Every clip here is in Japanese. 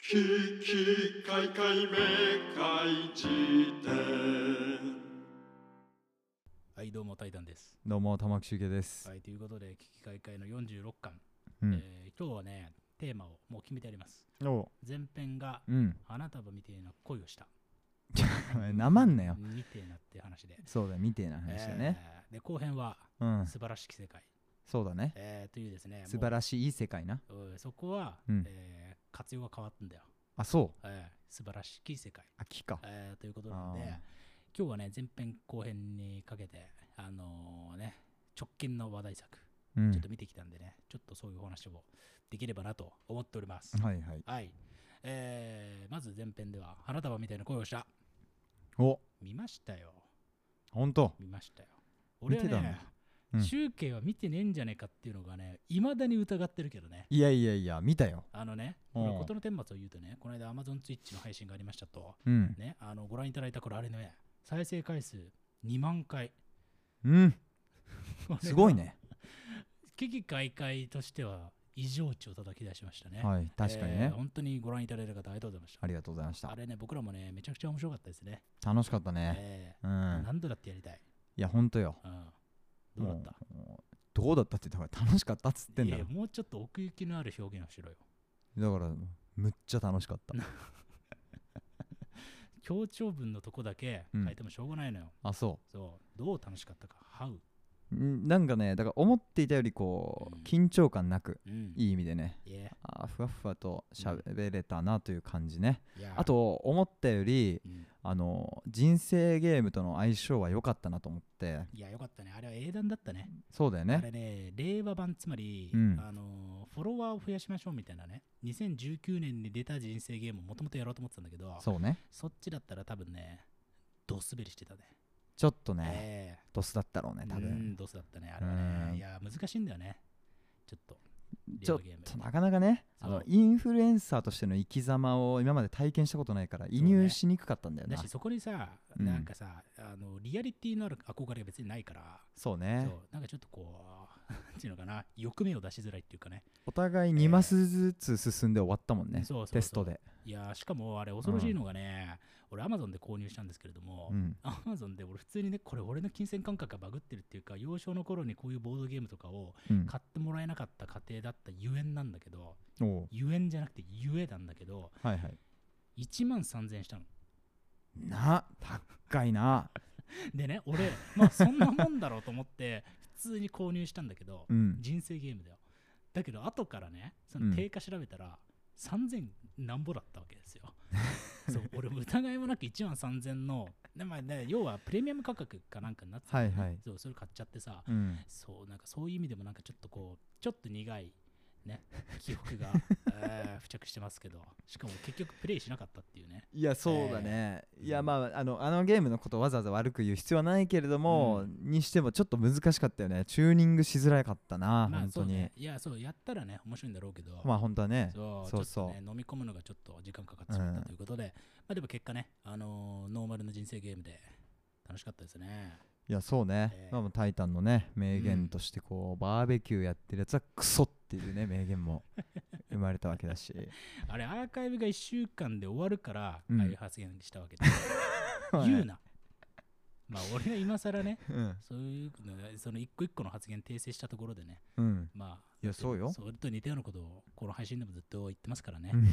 ききかいかいめかい辞典はい、どうも、タイタンです。どうも玉木修介です、はい、ということで、危機開会の46巻、うんえー今日はね、テーマをもう決めてあります。お前編が、ううん花束みてえな恋をした。 なまんなよみてえなって話で。そうだよみてえな話だね、えーで、後編は、うん素晴らしき世界、そうだねえーというですね、素晴らしいいい世界なもううんそこは、うんえー活用が変わったんだよ。あそうえー素晴らしき世界、秋かえーということなんであー、今日はね、前編後編にかけて、あのーね、直近の話題作。うんちょっと見てきたんでね、ちょっとそういうお話をできればなと思っております。はいはいはい。えー、まず前編では、花束みたいな声をした。お見ましたよ。ほんと見ましたよ。俺は見てたねの、うん集計は見てねえんじゃねえかっていうのがね、いまだに疑ってるけどね。いやいやいや見たよあのね、うんこのことの顛末を言うとね、この間 Amazon Twitch の配信がありましたと、うんね、あのご覧いただいた頃あれね、再生回数2万回。うんすごい。ね危機開会としては異常値を叩き出しましたね。はい確かにねえー、本当にご覧いただいた方ありがとうございました。ありがとうございましたあれね、僕らもね、めちゃくちゃ面白かったですね。楽しかったねえうーん何度だってやりたい。いやほんとようん、どうだったもうどうだったって言ったから楽しかったっつってんいだやろもうちょっと奥行きのある表現をしろよ。だからむっちゃ楽しかった強調文のとこだけうん変えてもしょうがないのよ。あそそう。どう楽しかったか。How? うんなんかねだから思っていたよりこううん緊張感なくうん。いい意味でねいや。あーふわふわと喋れたなという感じね、いやあ、と思ったよりうんあの人生ゲームとの相性は良かったなと思っていや、よかったね。あれは英断だったね。そうだよあねれね、令和版、つまり、うんあのーフォロワーを増やしましょうみたいなね、2019年に出た人生ゲームをもともとやろうと思ってたんだけど、そうねそっちだったら多分ね、ドスベりしてたね。ちょっとね、えドスだったろうえね多う分ん、ドスだったね。あれはね、うんいや、難しいんだよね。ちょっと。ちょっ令和ゲーとムなかなかねあそうのインフルエンサーとしての生き様を今まで体験したことないから移入しにくかったんだよなだし、そこにさ、うんなんかさ、あのリアリティのある憧れが別にないから、そうそねうなんかちょっとこう、なんていうのかな、欲目を出しづらいっていうかね。お互い2マスずつ進んで終わったもんね、そうそうそうテストでいやー、しかもあれ、恐ろしいのがね、俺、アマゾンで購入したんですけれども、うんアマゾンで俺普通にねこれ俺の金銭感覚がバグってるっていうか幼少の頃にこういうボードゲームとかをうん買ってもらえなかった家庭だったゆえんなんだけどおうゆえんじゃなくてゆえなんだけどはいはい1万3000円したのな高いなでね俺まあそんなもんだろうと思って普通に購入したんだけどうん人生ゲームだよだけど後からねそうのん定価調べたら3000なんぼだったわけですよ そう俺も疑いもなく1万3000ので、まあね、要はプレミアム価格かなんかになってたんだよねはいはいそうそれ買っちゃってさ、うんそうなんかそういう意味でもなんかちょっとこうちょっと苦いね記憶が、 えー付着してますけどしかも結局プレイしなかったっていうねいやそうだね、ーいやうんまああのあのゲームのことわざわざ悪く言う必要はないけれども、うにしてもちょっと難しかったよねチューニングしづらかったな、まあ本当そうにねいやそうやったらね面白いんだろうけどまあ本当はねそうそうちょっとそね飲み込むのがちょっと時間かかってしまったということで、まあでも結果ねあのーノーマルの人生ゲームで楽しかったですねいやそうね、ええまあもうタイタンのね名うん言としてこう、バーベキューやってるやつはクソってい うね名言も生まれたわけだしあれアーカイブが1週間で終わるから、うんああいう発言したわけ で 言うなまあ俺が今更ねうんそういうのその一個一個の発言訂正したところでねうんまあ、いやそうよそれと似たようなことを、この配信でもずっと言ってますからね。うん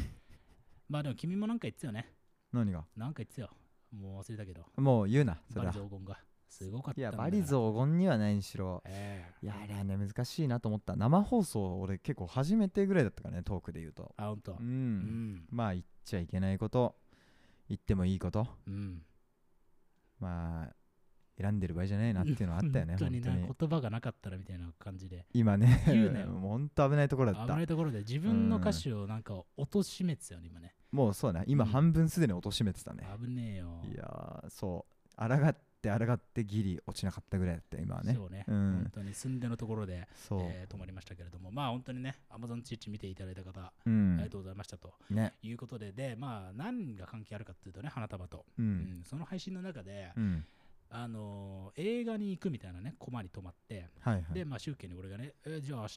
まあでも君もなんか言ってたよね。何がなんか言ってたよ。もう忘れたけど。もう言うなそバれリは雑言が。すごかったんだいやからバリ。雑言にはないにしろええいやあれはね難しいなと思った生放送俺結構初めてぐらいだったからねトークで言うとあ、ほんと。ううんん。まあ言っちゃいけないこと言ってもいいことうん。まあ選んでる場合じゃないなっていうのはあったよね本当に本当なに言葉がなかったらみたいな感じで。今ね言うなよ もう本当危ないところだっ危たないところで自分の歌詞をなんか貶としめてたよね、今ね。もうそうだね今うん半分すでに貶としめてたね危ねえよ。いやーそう抗って抗ってギリ落ちなかったぐらいだった今はねそうね。うん本当に住んでのところで、そうえー止まりましたけれども、まあ本当にね、Amazon チッチ見ていただいた方、あうりんがとうございましたと。ねいうことで、で、まあ、何が関係あるかっていうとね、花束と。ううんんその配信の中で、うんあのー映画に行くみたいなね、コマに泊まって、はいはいで、まあ、集計に俺がね、えじゃあ明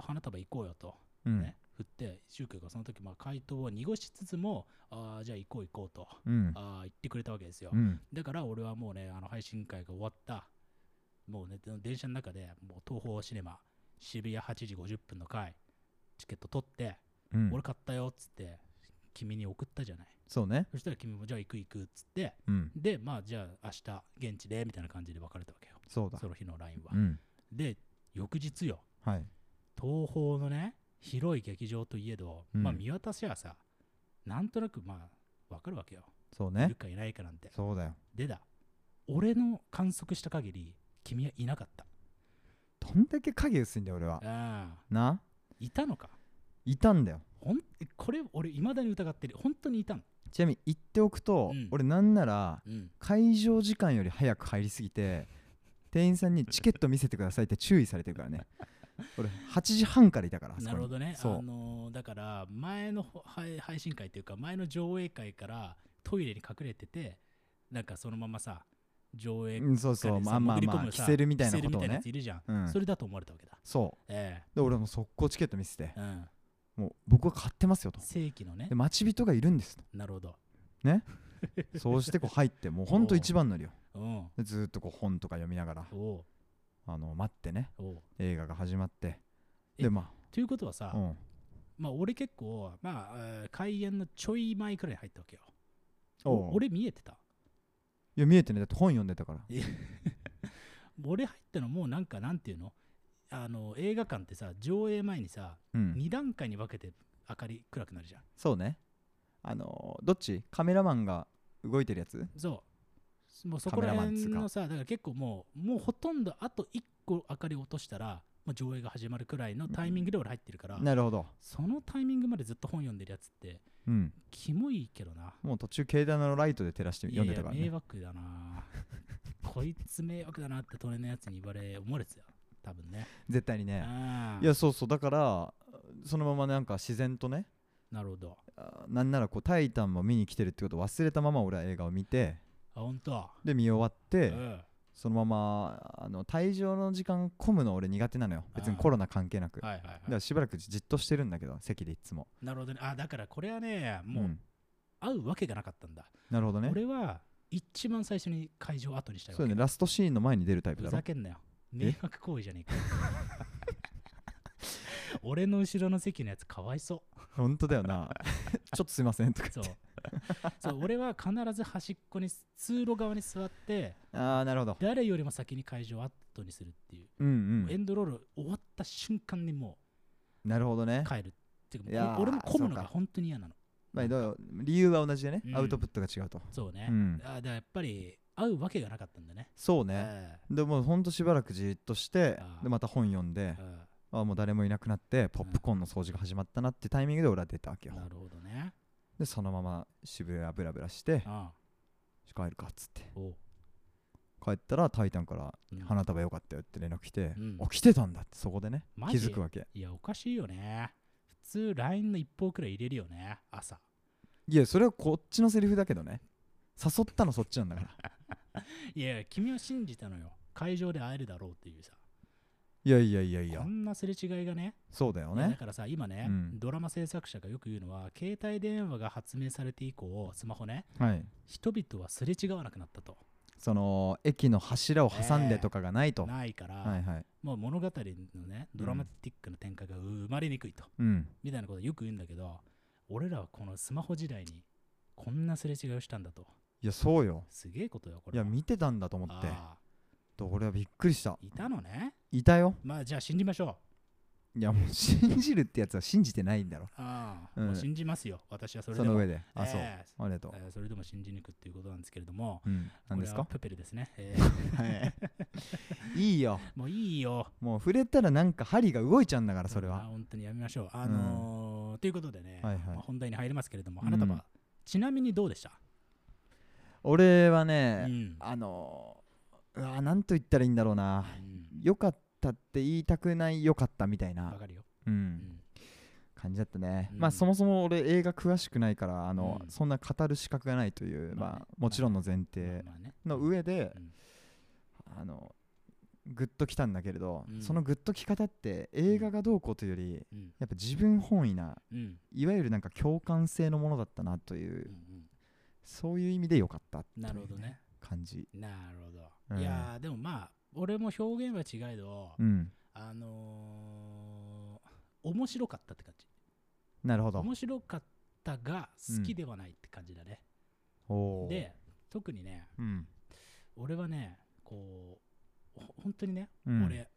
日花束行こうよと、うんね、振って宗教がその時まあ回答を濁しつつもあーじゃあ行こう行こうとうんあー言ってくれたわけですよ、うんだから俺はもうねあの配信会が終わったもうねで電車の中でもう東宝シネマ渋谷8時50分の回チケット取って、うん俺買ったよっつって君に送ったじゃないそうねそしたら君もじゃあ行く行くっつってうんでまあじゃあ明日現地でみたいな感じで別れたわけよそうだその日の LINE は、うんで翌日よはい東宝のね広い劇場といえど、うんまあ見渡しはさなんとなくまあわかるわけよそういねるかいないかなんてそうだよでだ俺の観測した限り君はいなかったどんだけ影薄いんだよ俺はああないたのかいたんだよほんこれ俺いまだに疑ってる本当にいたのちなみに言っておくと、うん俺なんならうん会場時間より早く入りすぎて店員さんにチケット見せてくださいって注意されてる からね俺8時半からいたからあそなこにるほどねあそうのーだから前のほ配配信会というか前の上映会からトイレに隠れててなんかそのままさ上映会うんそうでさそうまあまあ潜り込まあむ着させるみたいな着せることみをたいなねやついるじゃん、うんそれだと思われたわけだそえうで俺はもう速攻チケット見せてえうんもう僕は買ってますよと正規のねで待ち人がいるんですとなるほどそうしてこう入ってもうほんと一番乗りようんでずーっとこう本とか読みながらおうあの待ってねおう映画が始まってえでまということはさ、あうんまあ俺結構まあえー開演のちょい前くらいに入ったわけよおうお俺見えてたいや見えてねだって本読んでたから 俺入ったのもうなんかなんていうのあの映画館ってさ上映前にさ、うん2段階に分けて明かり暗くなるじゃんそうねあのーどっちカメラマンが動いてるやつそうもうそこらカメラマンっつ辺うかのさだから結構もうもうほとんどあと1個明かり落としたらもう上映が始まるくらいのタイミングで俺入ってるから、なるほどそのタイミングまでずっと本読んでるやつってうんキモいけどなもう途中携帯のライトで照らして読んでたからいやいや迷ね惑だな こいつ迷惑だなってトレのやつに言われ思われてたよ多分ね絶対にねああいやそうそうだからそのままなんか自然とねなるほどあーなんならこう「タイタン」も見に来てるってことを忘れたまま俺は映画を見てあ本当で見終わっうてんそのままあの退場の時間混むの俺苦手なのよ別にコロナ関係なくだかはいはいはいらしばらくじっとしてるんだけど席でいつもなるほどねあだからこれはねもううん会うわけがなかったんだ、なるほどね俺は一番最初に会場を後にしたいわそけうだねラストシーンの前に出るタイプふだろざけんなよ迷惑行為じゃねえ か俺の後ろの席のやつかわいそう本当だよな ちょっとすいませんとかそうそう俺は必ず端っこに通路側に座ってああなるほど誰よりも先に会場を後にするっていう、うんうエんンドロール終わった瞬間にもなるほどねう帰るっていういかやもーう俺も混むのそうがか本当に嫌なのまあ、どう理由は同じでね、うんアウトプットが違うとそうね、うんあだからやっぱり会うわけがなかったんだねそうね、えでもうほんとしばらくじっとしてあーでまた本読んえでうんあーもう誰もいなくなってポップコーンの掃除が始まったなってタイミングで俺は出たわけよなるほどねでそのまま渋谷ブラブラしてああ帰るかっつっておう帰ったら「タイタン」からうん「花束よかったよ」って連絡来てうん「あ来てたんだ」ってそこでねマ気ジづくわけいやおかしいよね普通 LINE の一方くらい入れるよね朝いやそれはこっちのセリフだけどね誘ったのそっちなんだからいやいや君は信じたのよ会場で会えるだろうっていうさいやいやいやいやこんなすれ違いがねそうだよいやだねからさ今ね、うんドラマ制作者がよく言うのは携帯電話が発明されて以降スマホねはい人々はすれ違わなくなったとその駅の柱を挟んでとかがないと、ないから、はいはいもう物語のねドラマティックな展開が生まれにくいと、うんみたいなことよく言うんだけど俺らはこのスマホ時代にこんなすれ違いをしたんだといやそうよすげえことよこいれやは見てたんだと思ってあと俺はびっくりしたあいたのねいたよまあじゃあ信じましょいやもう信じるってやつは信じてないんだろうああ、うんもう信じますよ私はそれでそもの上であそうえありがとうえーそれでも信じ抜くっていうことなんですけれどもうん何ですこれはかプペルですね、えーはい いいよもういいよもう触れたらなんか針が動いちゃうんだからそれあは本当にやめましょう。あのーということでね、はいはまいあ本題に入りますけれども、うん花束、ちなみにどうでした、俺はうねんあのうわなんと言ったらいいんだろうなうんよかったって言いたくないよかったみたいわなかるよ。ううんん感じだったねうんまあそもそも俺映画詳しくないからあのうんそんな語る資格がないというまあねまあもちろんの前提まあまあねの上でうんあのグッときたんだけれど、うんそのグッとき方って映画がどうこうというよりうんやっぱ自分本位なうんいわゆるなんか共感性のものだったなという、うんそういう意味で良かったっていうなるほどね感じなるほど、うんいやーでもまあ俺も表現は違えど、うんあのー面白かったって感じなるほど面白かったが好きではないって感じだね、おーで特にねうん俺はねこうほ本当にね、うん俺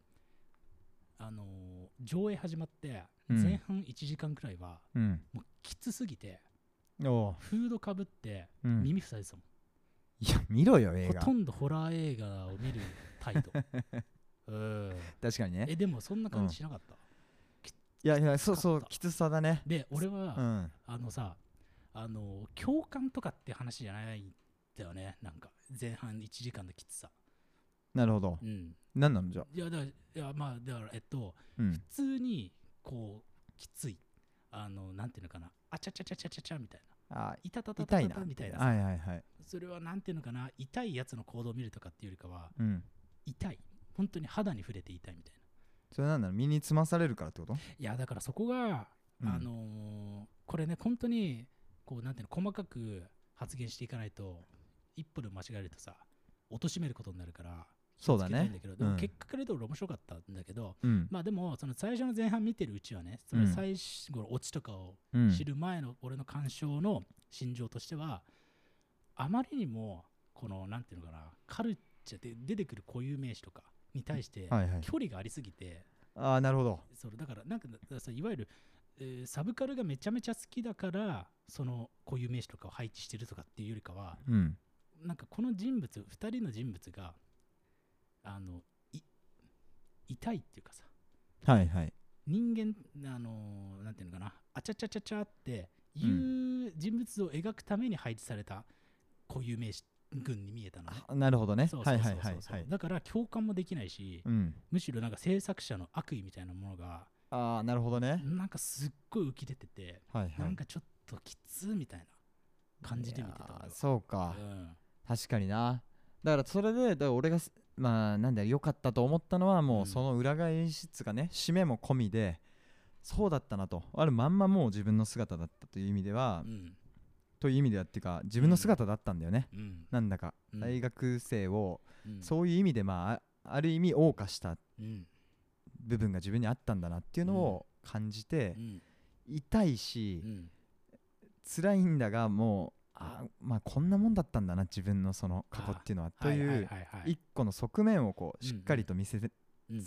あのー上映始まってうん前半1時間くらいはうんもうきつすぎておーフードかぶってうん耳塞いでたもん、いや見ろよ映ほ画とんどホラー映画を見る 態度うん確かにねえでもそんな感じしなかった、いやいやそうそきつかったうきつさだねで俺うは、んあのさあの共感とかって話じゃないんだよねなんか前半1時間のきつさなるほどうん何なのじゃあいやだからいやまあだからえっとうん普通にこうきついあのなんていうのかなあちゃちゃちゃちゃちゃちゃみたいなあいたたたた痛たいたなみたいなさはいはいはいそれはなんていうのかな痛いやつの行動を見るとかっていうよりかはうん痛い本当に肌に触れて痛いみたいそれなんなの身につまされるからってことないやだからそこが、うんあのーこれね本当にこうなんていうの細かく発言していかないと一歩でも間違えるとさ貶としめることになるからそうだつけたいんねだけど、うでもん結果から言うと俺面白かったんだけど、うんまあでもその最初の前半見てるうちはねそのうん最初のオチとかをうん知る前の俺の感傷の心情としては、あまりにもこのなんていうのかなカルチャーで出てくる固有名詞とかに対してはいはい距離がありすぎて、ああなるほどそれだからなんかだからさいわゆる、えーサブカルがめちゃめちゃ好きだからその固有名詞とかを配置してるとかっていうよりかはうんなんかこの人物2人の人物があのい痛いっていうかさはいはい人間あのーなんていうのかなあちゃちゃちゃちゃっていう人物像を描くために配置された固有名詞群に見えたのね。あなるほどねそうそはういそうはそいうはいそうはいだから共感もできないし、うんむしろなんか制作者の悪意みたいなものがああなるほどねなんかすっごい浮き出てて、はいはなんいかちょっときつみたいな感じで見てたい俺やーはそうかうん確かになだからそれでだから俺がすまあなんだよ良かったと思ったのはうもんうその裏返しつかね締めも込みでそうだったなとあるまんまもう自分の姿だったという意味ではうんという意味ではっていうか自分の姿だったんだよねうんなんだかうん大学生をうんそういう意味でまああある意味謳歌したうん部分が自分にあったんだなっていうのを感じてうん痛いしうん辛いんだがもうあまあこんなもんだったんだな自分のその過去っていうのはとはいいうはいはいはい一個の側面をこううんうしんっかりと見せつ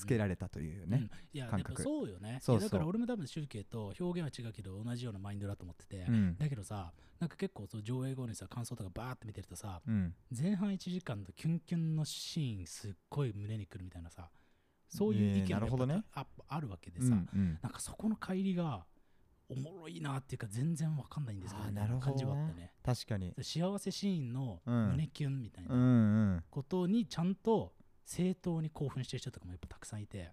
けれられたというね、いややっ感ぱ覚そうよねいそうやそだうから俺も多分集計と表現は違うけど同じようなマインドだと思っててうんうんだけどさなんか結構そう上映後にさ感想とかバーって見てるとさ前半1時間のキュンキュンのシーンすっごい胸にくるみたいなさそういう意見ねえなるほどがやねっぱああるわけでうんさうんなんかそこの帰りがおもろいなっていうか全然わかんないんですけどあーみたないるなほ感じどはあねったね確かに幸せシーンのうん胸キュンみたいうんなうんことにちゃんと正当に興奮してる人とかもやっぱたくさんいて、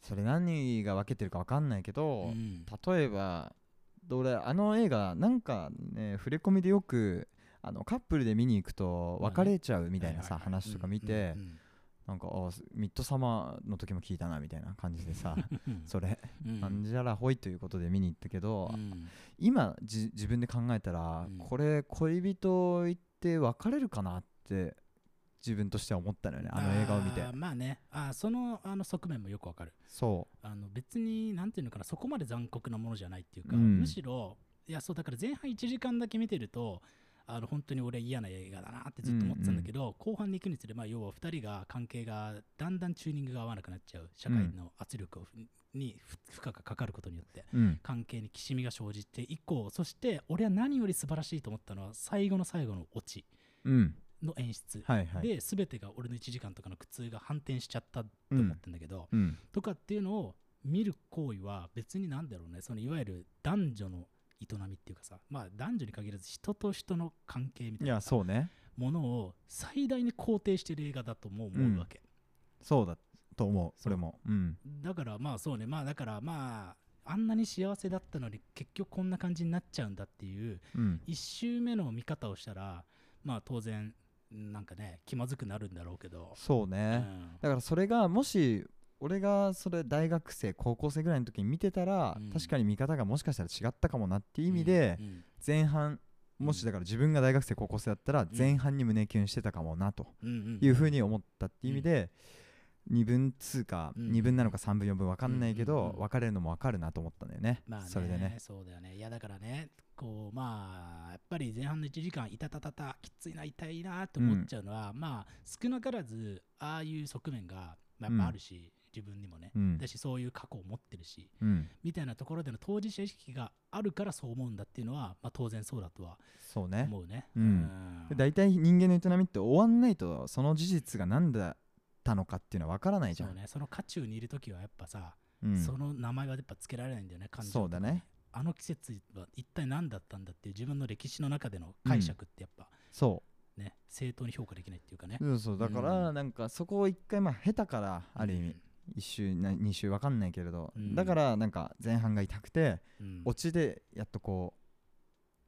それ何が分けてるか分かんないけうど、ん、例えばで俺あの映画なんかね触れ込みでよくあのカップルで見に行くとまあね別れちゃうみたいなははさ、は話とか見て、うんなんかあミッドサマーの時も聞いたなみたいな感じでさうんうんそれ、うんなんじゃらほいということで見に行ったけど、うん今じ自分で考えたら、うんこれ恋人行って別れるかなって自分としては思ったのよねあの映画を見てあーまあねあーそのあの側面もよくわかるそあの別になんていうのかなそこまで残酷なものじゃないっていうか、うんむしろいやそうだから前半1時間だけ見てるとあの本当に俺嫌な映画だなってずっと思ってたんだけど、後半に行くにつれ、まあ、要は2人が関係がだんだんチューニングが合わなくなっちゃう社会の圧力をふにふ負荷がかかることによってう、うん、関係にきしみが生じて以降そして俺は何より素晴らしいと思ったのは最後の最後のオチうん、の演出、はいはい、で全てが俺の1時間とかの苦痛が反転しちゃったと思ってんだけど、うん、とかっていうのを見る行為は別になんだろうねそのいわゆる男女の営みっていうかさまあ男女に限らず人と人の関係みたいいなやそうねものを最大に肯定してる映画だとも思うわけ、そうだと思うそうそれもうんだからまあそうねまあだからまああんなに幸せだったのに結局こんな感じになっちゃうんだっていううん1周目の見方をしたらまあ当然なんかね気まずくなるんだろうけど、そううね、んだからそれがもし俺がそれ大学生高校生ぐらいの時に見てたら、うん確かに見方がもしかしたら違ったかもなっていう意味で、うんうん前半もしだから自分が大学生高校生だったらん前半に胸キュンしてたかもなとうんいうふうに思ったっていう意味で、二分通かうん二分なのか三分四分分かんないけうんうんどうん分かれるのも分かるなと思ったんだよね,、まあね、それでねそうだよね。いやだからね、こうまあやっぱり前半の1時間いたたたたきついな痛いなと思っちゃうのは、まあ少なからずああいう側面がまあやっぱあるし、自分にもね、うんだしそういう過去を持ってるしうんみたいなところでの当事者意識があるからそう思うんだっていうのは、まあ当然そうだとはそうね思うね。うんで大体人間の営みって終わんないとその事実が何だったのかっていうのは分からないじそゃ、うんね、その渦中にいるときはやっぱさ、うんその名前はやっぱつけられないんだよね、感情とかそうだねあの季節は一体何だったんだっていう自分の歴史の中での解釈ってやっぱ、そうね、正当に評価できないっていうかね。そうそうだからうんなんかそこを一回まあ下手からある意味一周な二周わかんないけれどうんだからなんか前半が痛くてうん、うんオチでやっとこ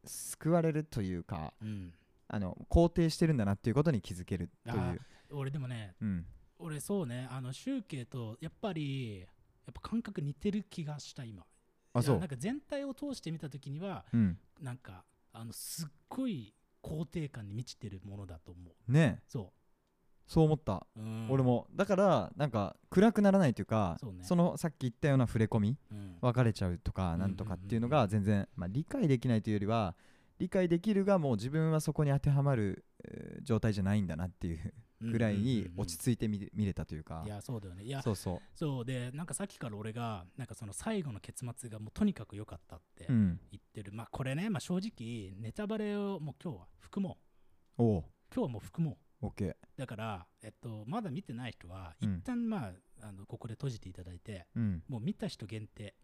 う救われるというかうんあの肯定してるんだなっていうことに気づけるといあう俺でもねうん俺そうねあの集計とやっぱりやっぱ感覚似てる気がした今あそいやなうんか全体を通して見た時にはうんなんかあのすっごい肯定感に満ちてるものだと思うねえそそう思ったう、うん、俺、もだからなんか暗くならないというかそうねそのさっき言ったような触れ込みうん、別れちゃうとかんなんとかっていうのうんうが全然、まあ、理解できないというよりは理解できるがもう自分はそこに当てはまる、えー状態じゃないんだなっていうぐらいに落ち着着いて見,、見れたというかいやそうだよねいやそうそそうでなんかさっきから俺がなんかその最後の結末がもうとにかく良かったってう、うん、言ってる、まあこれね、まあ、正直ネタバレをもう今日は含もうおお今日はもう含もうオッケーだから、えっと、まだ見てない人は、うん一旦まあ、あのここで閉じていただいて、うんもう見た人限定、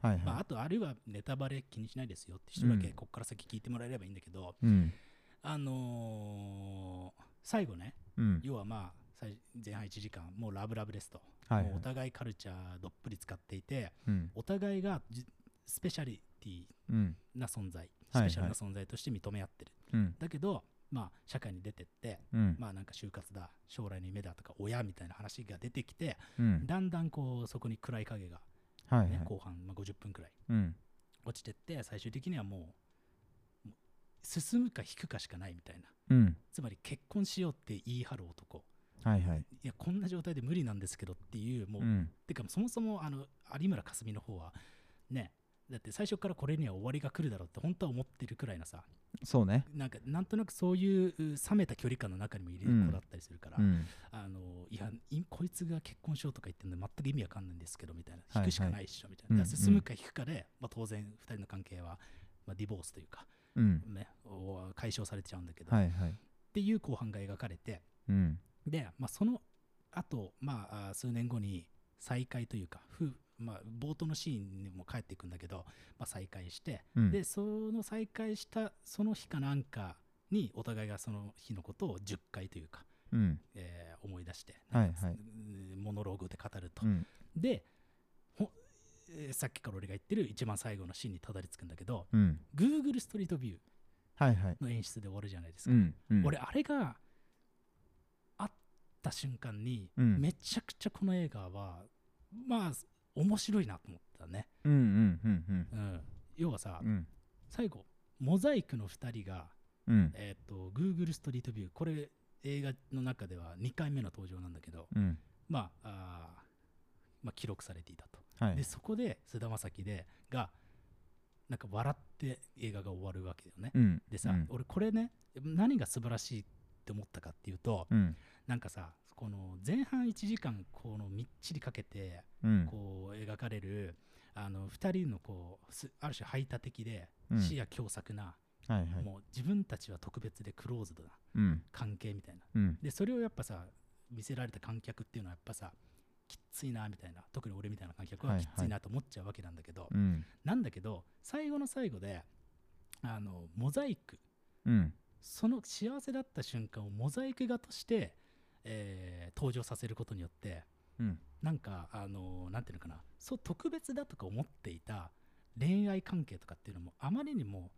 はいまあ、はあとあるいはネタバレ気にしないですよって人だけ、うんここから先聞いてもらえればいいんだけど、いうんあのー最後ね、うん要はまあ、最前半1時間、もうラブラブですと、はいはもうおい互いカルチャーどっぷり使っていて、うんお互いがじスペシャリティうんな存在、はスいペシャルな存在として認め合ってる。うんだけど、まあ、社会に出てって、うんまあなんか就活だ将来の夢だとか親みたいな話が出てきてうんだんだんこうそこに暗い影が、はいはいね後半、まあ、50分くらいうん落ちてって最終的にはもうもう進むか引くかしかないみたいなうんつまり結婚しようって言い張る男はいはいいやこんな状態で無理なんですけどっていうもう、うんてかそもそもあの有村架純の方はねだって最初からこれには終わりが来るだろうって本当は思ってるくらいなさそうねなんかなんとなくそういうう冷めた距離感の中にもいる子だったりするから、うんあのいやいこいつが結婚しようとか言ってるの全く意味わかんないんですけどみたいなはい引くしかないっしょみたいうんな、うん進むか引くかで、まあ、当然2人の関係は、まあ、ディボースというか、うんね、お解消されちゃうんだけど、はっいはいていう後半が描かれてうんで、まあ、その後、まああ数年後に再会というか夫まあ、冒頭のシーンにも帰っていくんだけど、まあ、再会して、うんでその再会したその日かなんかにお互いがその日のことを10回というかうんえー思い出して、はいなんかはいうんモノローグで語ると。うんでほ、えーさっきから俺が言ってる一番最後のシーンにたどり着くんだけど、うん Google ストリートビューはいはいの演出で終わるじゃないですうか。んうん俺、あれがあった瞬間に、うんめちゃくちゃこの映画は、まあ、面白いなと思ったね。うんうんうんうんうん、要はさ、うん最後、モザイクの2人が、うんえー、と Google ストリートビュー、これ映画の中では2回目の登場なんだけど、うんまあ、あーまあ、記録されていたと。はいで、そこで菅田将暉でが、なんか笑って映画が終わるわけだよね。うんでさ、うん俺これね、何が素晴らしいって思ったかっていうと、うんなんかさ、この前半1時間、このみっちりかけて、うんこう描かれる、あの2人のこうすある種排他的でうん視野狭窄な、はいはいもう自分たちは特別でクローズドなうん関係みたいなうんでそれをやっぱさ見せられた観客っていうのはやっぱさきっついなみたいな特に俺みたいな観客ははいきっはいついなと思っちゃうわけなんだけど、うんなんだけど最後の最後であのモザイクうんその幸せだった瞬間をモザイク画として、えー登場させることによってうんなんかあのなんていうのかなそう特別だとか思っていた恋愛関係とかっていうのもあまりにも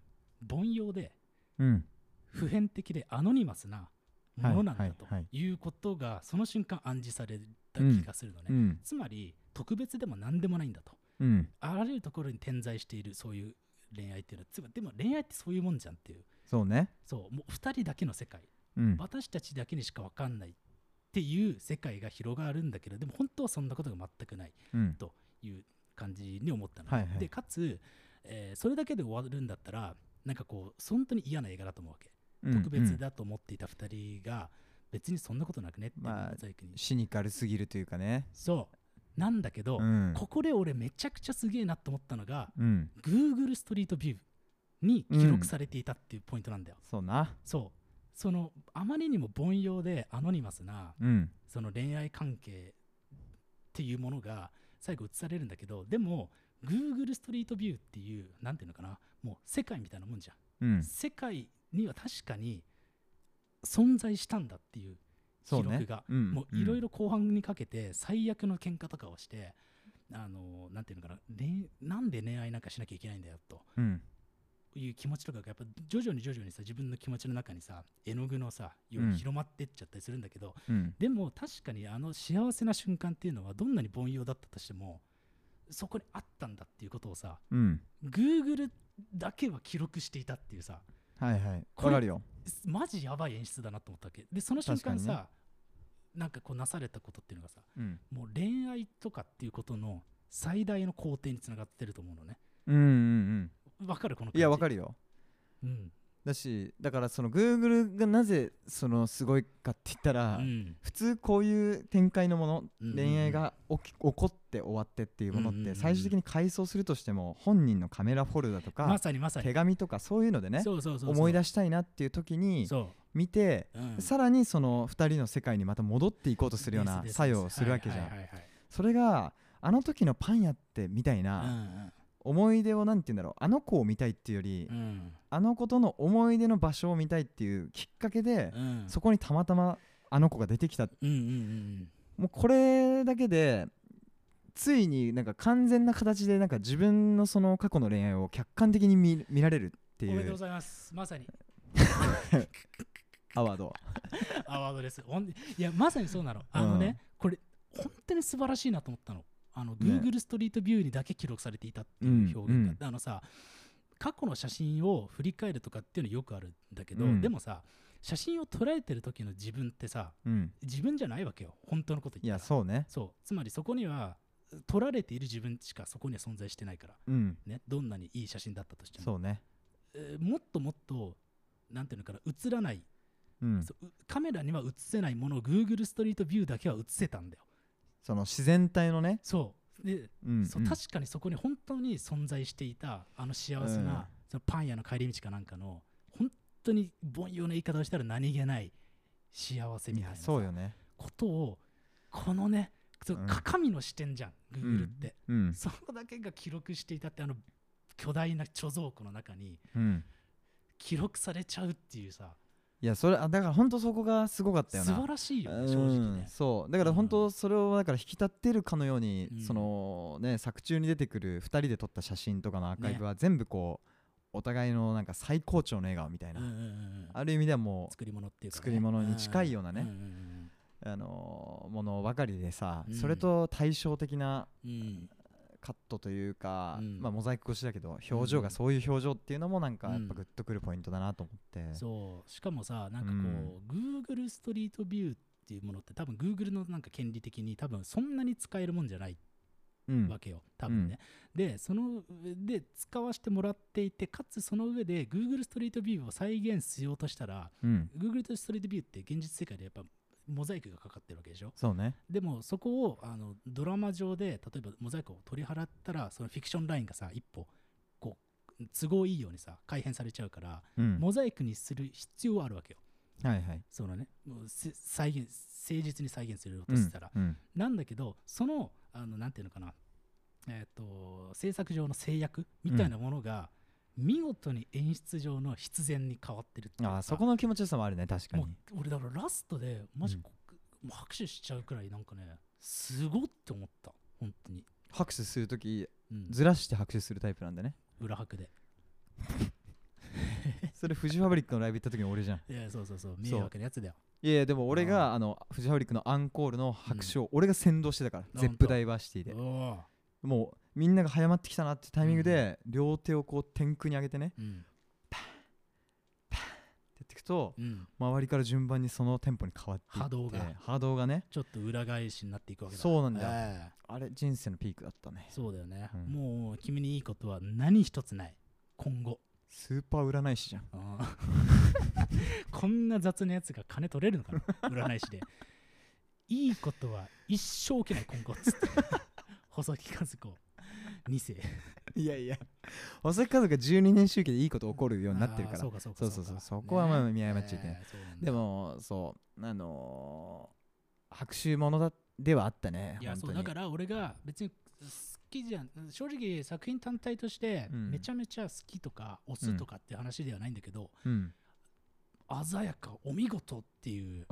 凡庸でうん普遍的でアノニマスなものなんだとはいはいいうことがその瞬間暗示された気がするのね、うんつまり特別でも何でもないんだとうんあらゆるところに点在しているそういう恋愛っていうのはつまりでも恋愛ってそういうもんじゃんっていうそうねそうもう2人だけの世界うん私たちだけにしか分かんないっていう世界が広がるんだけどでも本当はそんなことが全くないうんという感じに思ったの、はいはいでかつ、えーそれだけで終わるんだったらなんかこう本当に嫌な映画だと思うわけ、特別だと思っていた2人が別にそんなことなくねっていうまあモザイクに、シニカルすぎるというかねそうなんだけど、うんここで俺めちゃくちゃすげえなと思ったのがうん Google ストリートビューに記録されていたっていうポイントなんだよ、そうなそうそのあまりにも凡庸でアノニマスなうんその恋愛関係っていうものが最後映されるんだけどでも Google ストリートビューっていうなんていうのかなもう世界みたいなもんじゃん、うん世界には確かに存在したんだっていうそ記うね録がうんもういろいろ後半にかけて最悪の喧嘩とかをしてあのなんていうのかな恋なんで恋愛なんかしなきゃいけないんだよとうんいう気持ちとかがやっぱ徐々に徐々にさ自分の気持ちの中にさ絵の具のさよううんに広まってっちゃったりするんだけど、うんでも確かにあの幸せな瞬間っていうのはどんなに凡庸だったとしてもそこにあったんだっていうことをさうん Google だけは記録していたっていうさはいはいこれわかるよマジやばい演出だなと思ったわけでその瞬間確かにさ、なんかこうなされたことっていうのがさうんもう恋愛とかっていうことの最大の工程につながってると思うのねうんうんうんわかるこの感じいやわかるるようん、だしだからその Google がなぜそのすごいかって言ったうら、ん、普通こういう展開のもの、うんうんうん恋愛が起き起こって終わってっていうものっうんうんうてん最終的に回想するとしても本人のカメラフォルダとか、まさにまさに手紙とかそういうのでねそうそうそうそう思い出したいなっていう時にそ見て、う、うん、さらにその2人の世界にまた戻っていこうとするようなですです作用をするわけじゃはん、いはいはいはいそれがあの時のパン屋ってみたいな、思い出をなんて言うんだろうあの子を見たいっていうより、うんうんあの子との思い出の場所を見たいっていうきっかけで、うんうんそこにたまたまあの子が出てきたうんうんうんもうこれだけでついになんか完全な形でなんか自分のその過去の恋愛を客観的に見見られるってうんおいめでとうごうざいますまさにアワードアワードですほんでいやまさにそうなのあのね、これ本当に素晴らしいなと思ったのあのね Google ストリートビューにだけ記録されていたっていう表現が、うんあのさ過去の写真を振り返るとかっていうのよくあるんだけど、うんでもさ写真を捉えてる時の自分ってさうん自分じゃないわけよ本当のことい言やったらそうねそうつまりそこには撮られている自分しかそこには存在してないからうんねどんなにいい写真だったとしてもそうねえーもっともっとなんていうのかな映らない、うんそううカメラには映せないものを Google ストリートビューだけは映せたんだよその自然体のねそうで、うんそう確かにそこに本当に存在していたあの幸せうんな、そのパン屋の帰り道かなんかの本当に凡庸な言い方をしたら何気ない幸せいみたいやなさそうよねことをこのねそううん鏡の視点じゃん、Google って、うんそこだけが記録していたってあの巨大な貯蔵庫の中にうん記録されちゃうっていうさいやそれあだから本当そこがすごかったよ素晴ならしいよね、うん正直ね。そうだから本当それをだから引き立ってるかのように、うんそのね作中に出てくる2人で撮った写真とかのアーカイブは全部こう、お互いのなんか最高潮の笑顔みたいな、うんうんうんうんある意味ではもう作り物っていうか、ね、作り物に近いようなねんんあのーものばかりでさ、うんそれと対照的なうんうんカットというか、うんまあ、モザイク越しだけど表情がそういう表情っていうのもなんかうんやっぱグッとくるポイントだなと思って、うんそうしかもさなんかこう、Google ストリートビューっていうものって多分 Google のなんか権利的に多分そんなに使えるもんじゃないうんわけよ、多分ね、でそので使わせてもらっていてかつその上で Google ストリートビューを再現しようとしたらうん Google ストリートビューって現実世界でやっぱモザイクがかかってるわけでしょそうねでもそこをあのドラマ上で例えばモザイクを取り払ったらそのフィクションラインがさ一歩こう都合いいようにさ改変されちゃうから、うんモザイクにする必要はあるわけよはいはいそのねもうせ再現誠実に再現するとしたら、うんうんなんだけどそのあのなんていうのかなえっ、と制作上の制約みたいなものが、見事に演出上の必然に変わってるっていうかあーそこの気持ちよさもあるね確かにもう俺だからラストでマジ、うんこもう拍手しちゃうくらいなんかねすごって思った本当に、拍手するときうん、ずらして拍手するタイプなんでね裏拍でそれフジファブリックのライブ行った時の俺じゃんいやそうそうそう迷惑なやつだよいやいやでも俺があのフジファブリックのアンコールの拍手を俺が先導してたから、うんゼップダイバーシティでおおもうみんなが早まってきたなってタイミングで両手をこう天空に上げてねーうんってやっていくとうん周りから順番にそのテンポに変わっていって波動が波動がねちょっと裏返しになっていくわけだそうなんだよえあれ人生のピークだったねえそうだよね、うんもう君にいいことは何一つない今後スーパー占い師じゃんうん こんな雑なやつが金取れるのかな占い師でいいことは一生起きない今後っ つって細木和子2世いやい や細木家族が12年周期でいいこと起こるようになってるあーからそうかそうかそうそうそうかそこはまあ見誤っちゃいけないねえそうなんだでもそうあのー、拍手ものだではあったねいや本そ当うにだから俺が別に好きじゃん正直作品単体としてうんめちゃめちゃ好きとか押すとかって話ではないんだけど、うん鮮やかお見事っていう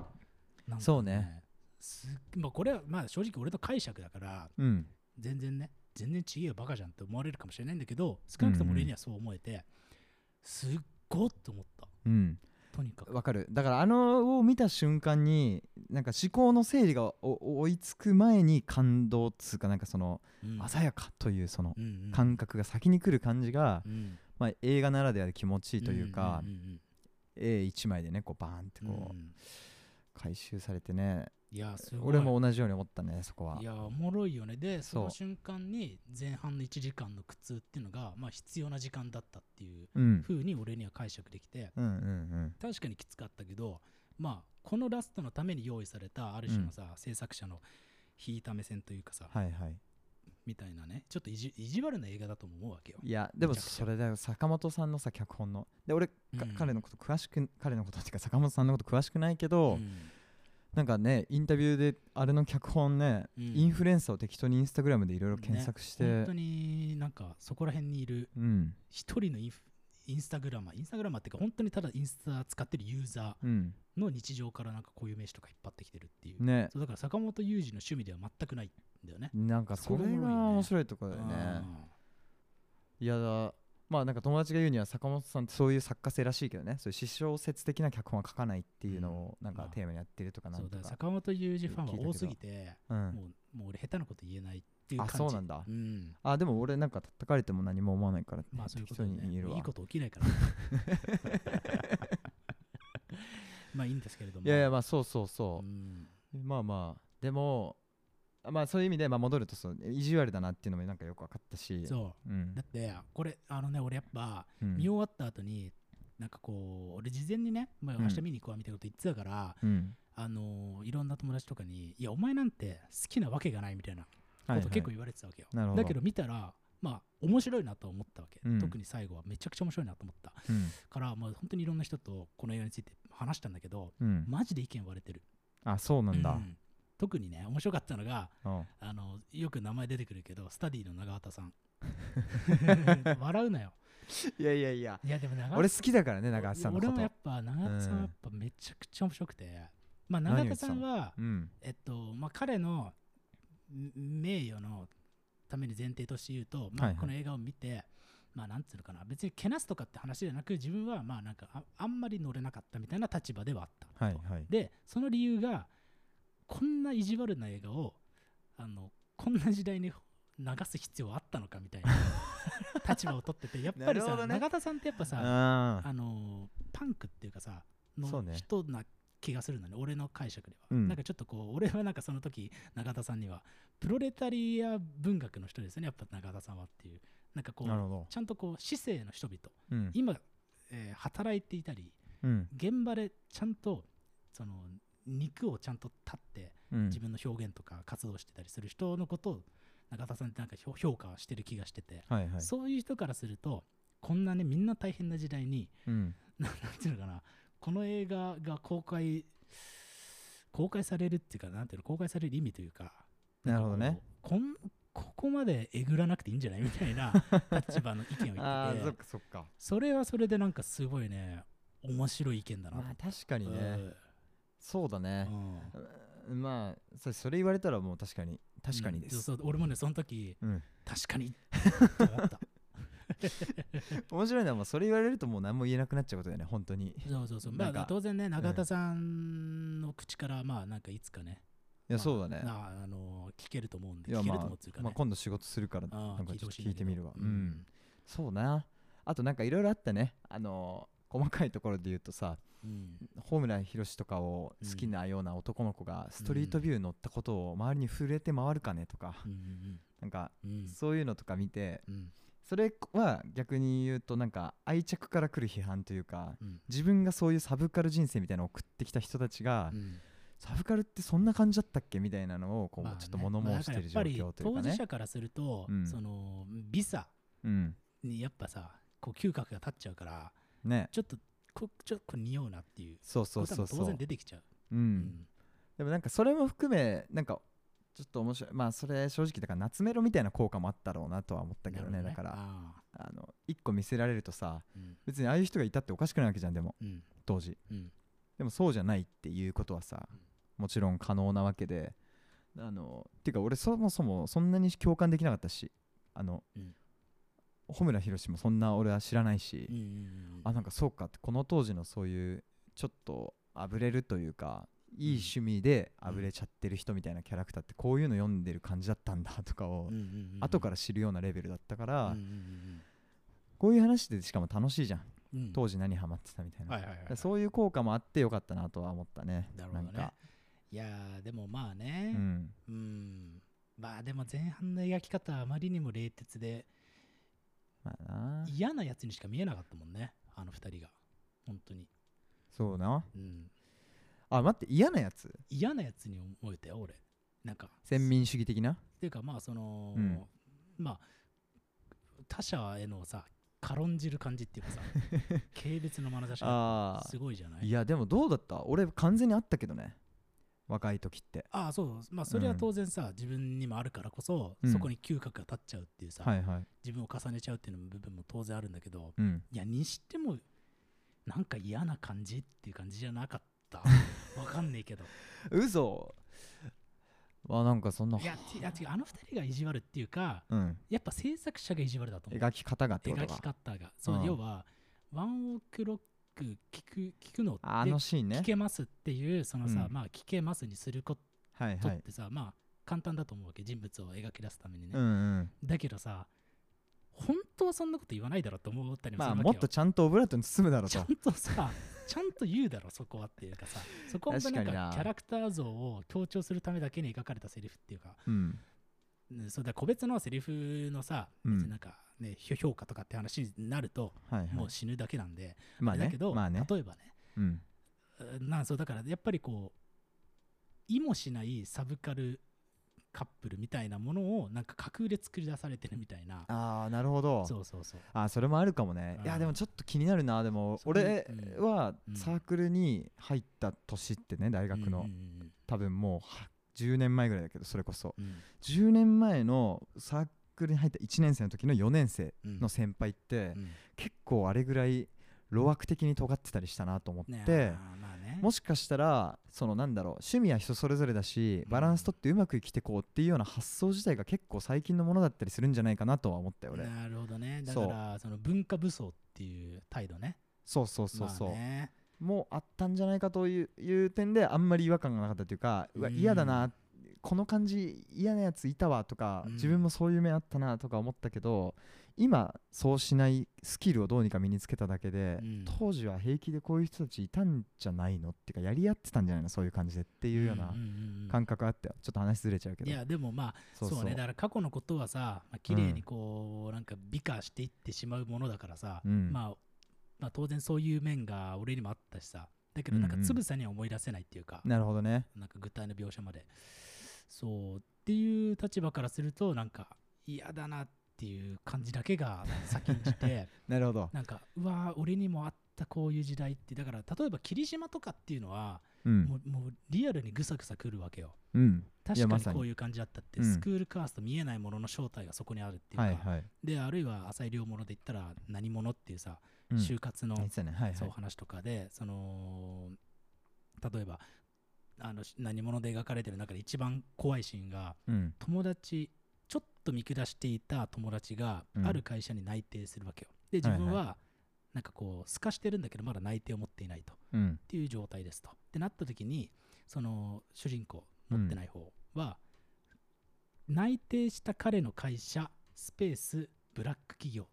なんかそうねすっまあ、これはまあ正直俺の解釈だからうん全然ね全然ちげえよバカじゃんって思われるかもしれないんだけど少なくとも俺にはそう思えて、すっごっと思ったうんとにかくわかるだからあのを見た瞬間になんか思考の整理がおお追いつく前に感動っつうかなんかそのうん鮮やかというそのうんうん感覚が先に来る感じが、うんまあ、映画ならではで気持ちいいというか、んんん絵一枚でねこうバーンってうんこうんう回収されてね、いやすごい俺も同じように思ったねそこはいやおもろいよねでそのそう瞬間に前半の1時間の苦痛っていうのが、まあ、必要な時間だったっていううん風に俺には解釈できてうんうん確かにきつかったけどまあこのラストのために用意されたある種のさ、制作者の引いた目線というかさ、うんはいはいみたいなねちょっと意地意地悪な映画だとも思うわけよ、いやでもめちゃくちゃそれだよ坂本さんのさ脚本ので俺かうん彼のこと詳しく彼のことっていうか坂本さんのこと詳しくないけど、うんなんかねインタビューであれの脚本ね、うんインフルエンサーを適当にインスタグラムでいろいろ検索して、ね本当になんかそこら辺にいるうん一人のインフインスタグラマーインスタグラマーっていうか本当にただインスタ使ってるユーザーうんの日常からなんかこういう名詞とか引っ張ってきてるっていう、ねそうだから坂本雄二の趣味では全くないんだよね。なんかそそこれがおもろいよねが面白いところだよねあいやだまあなんか友達が言うには坂本さんってそういう作家性らしいけどねそういう失笑説的な脚本は書かないっていうのをなんまかあテーマにやってるとかーなそんうとだか、坂本雄二ファン聞いたけはど多すぎて、うん、もうもう俺下手なこと言えないっていうあ感じそうなんだうんあでも俺なんか叩かれても何も思わないから、ねまあそういうこ適と当で、ね、に言えるわいいこと起きないからね、 まあいいんですけれども。いやいやまあそうそううそんう、まあまあでもあまあそういう意味で、まあ、戻るとそう意地悪だなっていうのもなんかよく分かったしう、そんう。だって、これ、あのね、俺やっぱ、うん、見終わった後に、なんかこう、俺事前にね、まあ、うん明日見に行くわみたいなこと言ってたから、うんあのーいろんな友達とかに「いやお前なんて好きなわけがない」みたいなこと結構言われてたわけよ、なるほどだけど見たらまあ面白いなとは思ったわけ、うん特に最後はめちゃくちゃ面白いなと思ったうんから、まあ、本当にいろんな人とこの映画について話したんだけどうんマジで意見割れてる、あそうなんだ、うん特にね面白かったのがうんあのよく名前出てくるけどスタディの永畑 さん笑うなよいやいやいやいやでも長俺好きだからね長橋さんのこ俺もやとっぱ長畑さんはやっぱめちゃくちゃ面白くて、まあ何長を言畑ってたさのんはうんえっとまあ、彼のん名誉のために前提として言うと、まあ、はいはいこの映画を見て、まあなんつうのかな別にけなすとかって話ではなく自分はまあなんかああんまり乗れなかったみたいな立場ではあったと、はいはいでその理由がこんな意地悪な映画をあのこんな時代に流す必要はあったのかみたいな立場を取っててやっぱり なるさ、ほどね永田さんってやっぱさあーあのーパンクっていうかさそうのね人な気がするのね俺の解釈では、うんなんかちょっとこう俺はなんかその時永田さんにはプロレタリア文学の人ですよねやっぱ永田さんはっていうなんかこなるうほどちゃんとこう市政の人々うん今、えー働いていたりうん現場でちゃんとその肉をちゃんと立ってうん自分の表現とか活動してたりする人のことを永田さんってなんか評評価してる気がしてて、はいはいそういう人からするとこんなねみんな大変な時代にうんななんていうのかなこの映画が公開公開されるっていうかなんていうの公開される意味というかなるほどねこんここまでえぐらなくていいんじゃ ないみたいな立場の意見を あ言ってーそってかそっかそれはそれでなんかすごいね面白い意見だなまあ確かにね、うそうだね、んうんまあそそれ言われたらもう確かに確かにです、うんそう俺もねその時うん 確かにって思った面白いのはもうそれ言われるともう何も言えなくなっちゃうことだよね本当 にいそうそうそう。なまんかあ当然ね、永田さんの口から、まあなんかいつかね、まやあそうだねなあの聞けると思うんで、いや聞けるとま思うっていうあかまあね。今度仕事するからあなーんかちょっとほし聞んいだけてどみるわううんんそうなあとなんかいろいろあったねあのー細かいところで言うとさうんホームラン広志とかを好きなような男の子がストリートビュー乗ったことを周りに触れて回るかねとか、うんなんかうんうんそういうのとか見てうんそれは逆に言うとなんか愛着から来る批判というかうん自分がそういうサブカル人生みたいなのを送ってきた人たちが、うんサブカルってそんな感じだったっけみたいなのをこう、まあねちょっと物申してる状況といまあだらうやっぱりか当事ね者。からすると、うんそのビザうん、にやっぱさこう嗅覚が立っちゃうからねちょっとこちょっとこれ匂うなっていうそうそこうとはそもうう当そう然出てきちゃう。う、うんんでもなんかそれも含めなんかちょっと面白いまあそれ正直だから夏メロみたいな効果もあったろうなとは思ったけどなるねほだからあーあの一個見せられるとさうん別にああいう人がいたっておかしくないわけじゃんでもうん当時うんでもそうじゃないっていうことはさうんもちろん可能なわけであのていうか俺そもそもそんなに共感できなかったしあの、うん穂村弘もそんな俺は知らないし、うんうんうんあなんかそうかってこの当時のそういうちょっとあぶれるというかいい趣味であぶれちゃってる人みたいなキャラクターってこういうの読んでる感じだったんだとかうんをうんうんうん後から知るようなレベルだったから、うんうんこういう話でしかも楽しいじゃんうんうん当時何ハマってたみたいな、はいはいはいはいだからそういう効果もあってよかったなとは思ったねなるほどねんか、いやーでもまあうね、ん、うんまあでも前半の描き方はあまりにも冷徹でまあな嫌なやつにしか見えなかったもんねあの二人が本当に、そうなうん、あ待って嫌なやつ嫌なやつに思えたよ俺なんか先民主義的なっていうかまあその、うんまあ他者へのさ軽んじる感じっていうか さ軽蔑の眼差しがあすごいじゃないいやでもどうだった俺完全にあったけどね若い時ってああそうまあそれは当然さ、自分にもあるからこそ、うんそこに嗅覚が立っちゃうっていうさ、はいはい自分を重ねちゃうっていうのも部分も当然あるんだけどうんいやにしてもなんか嫌な感じっていう感じじゃなかった わかんねえけど嘘あなんかそんないやちいや違うあの二人が意地悪っていうかうんやっぱ制作者が意地悪だと思う描き方がってこと描かき方がそう、うん要はワンオクロック聞く聞くのってあのシーンね聞けますっていうそのさ、うんまあ聞けますにするこはいとはっいてさ、まあ簡単だと思うわけ人物を描き出すためにね、うんうんだけどさ本当はそんなこと言わないだろうと思ったりもすまるあわけよ、もっとちゃんとオブラートに包むだろうちとゃんとさ、ちゃんと言うだろ、そこはっていうかさ、そこは本当になん確かにかなキャラクター像を強調するためだけに描かれたセリフっていうか、うんうんそうだ個別のセリフのさ、うん別になんか、ね、ひょ評価とかって話になると、はいはもいう死ぬだけなんで、まあだねけど、まあね例えばね、うんうんなんそうだからやっぱりこう、意もしないサブカルカップルみたいなものを、なんか架空で作り出されてるみたいな、ああなるほどそうそうそう。あーそれもあるかもねいやうんでもちょっと気になるなでもそれ俺うんはうんサークルに入った年ってね大学うのんうん多分もうは10年前ぐらいだけどそれこそうん10年前のサークルに入った1年生の時の4年生うんの先輩ってうん結構あれぐらい路悪的に尖ってたりしたなと思ねっあて、ーまあねもしかしたらそのなんだろう趣味は人それぞれだしうんバランスとってうまく生きてこうっていうような発想自体が結構最近のものだったりするんじゃないかなとは思ったよ俺なるほどねだそかうらその文化武装っていう態度ねそうそうそうそう、まあねもうあったんじゃないかといういう点であんまり違和感がなかったというかうわうん嫌だな、この感じ嫌なやついたわとか、うん自分もそういう面あったなとか思ったけど今そうしないスキルをどうにか身につけただけで、うん当時は平気でこういう人たちいたんじゃないのっていうかやり合ってたんじゃないのそういう感じでっていうようなんんうん感覚あってちょっと話ずれちゃうけどいやでもまあそそううそうねだから過去のことはさ、まあ綺麗にこう、なんか美化していってしまうものだからさ、うんまあ、まあ当然そういう面が俺にもあったしさだけどなんかうんうんつぶさには思い出せないっていうか、なるほどねなんか具体の描写までそうっていう立場からするとなんか嫌だなっていう感じだけが先んじ てなるほど、なんかうわー俺にもあったこういう時代ってだから例えば霧島とかっていうのは、うんもうもうリアルにぐさぐさくるわけようん、い確やかまにさにこういう感じだったって、うんスクールカースト見えないものの正体がそこにあるっていうか、はいはい、であるいは浅い両物で言ったら何者っていうさ、うん、就活の、言ってたねはいはいそう話とかでその例えばあのし何者で描かれてる中で一番怖いシーンがうん友達ちょっと見下していた友達がうんある会社に内定するわけよ。では自いはい分はなんかこう透かしてるんだけどまだ内定を持っていないとっうんていう状態ですと。ってなった時にその主人公持ってない方は、内定した彼の会社スペースブラック企業っ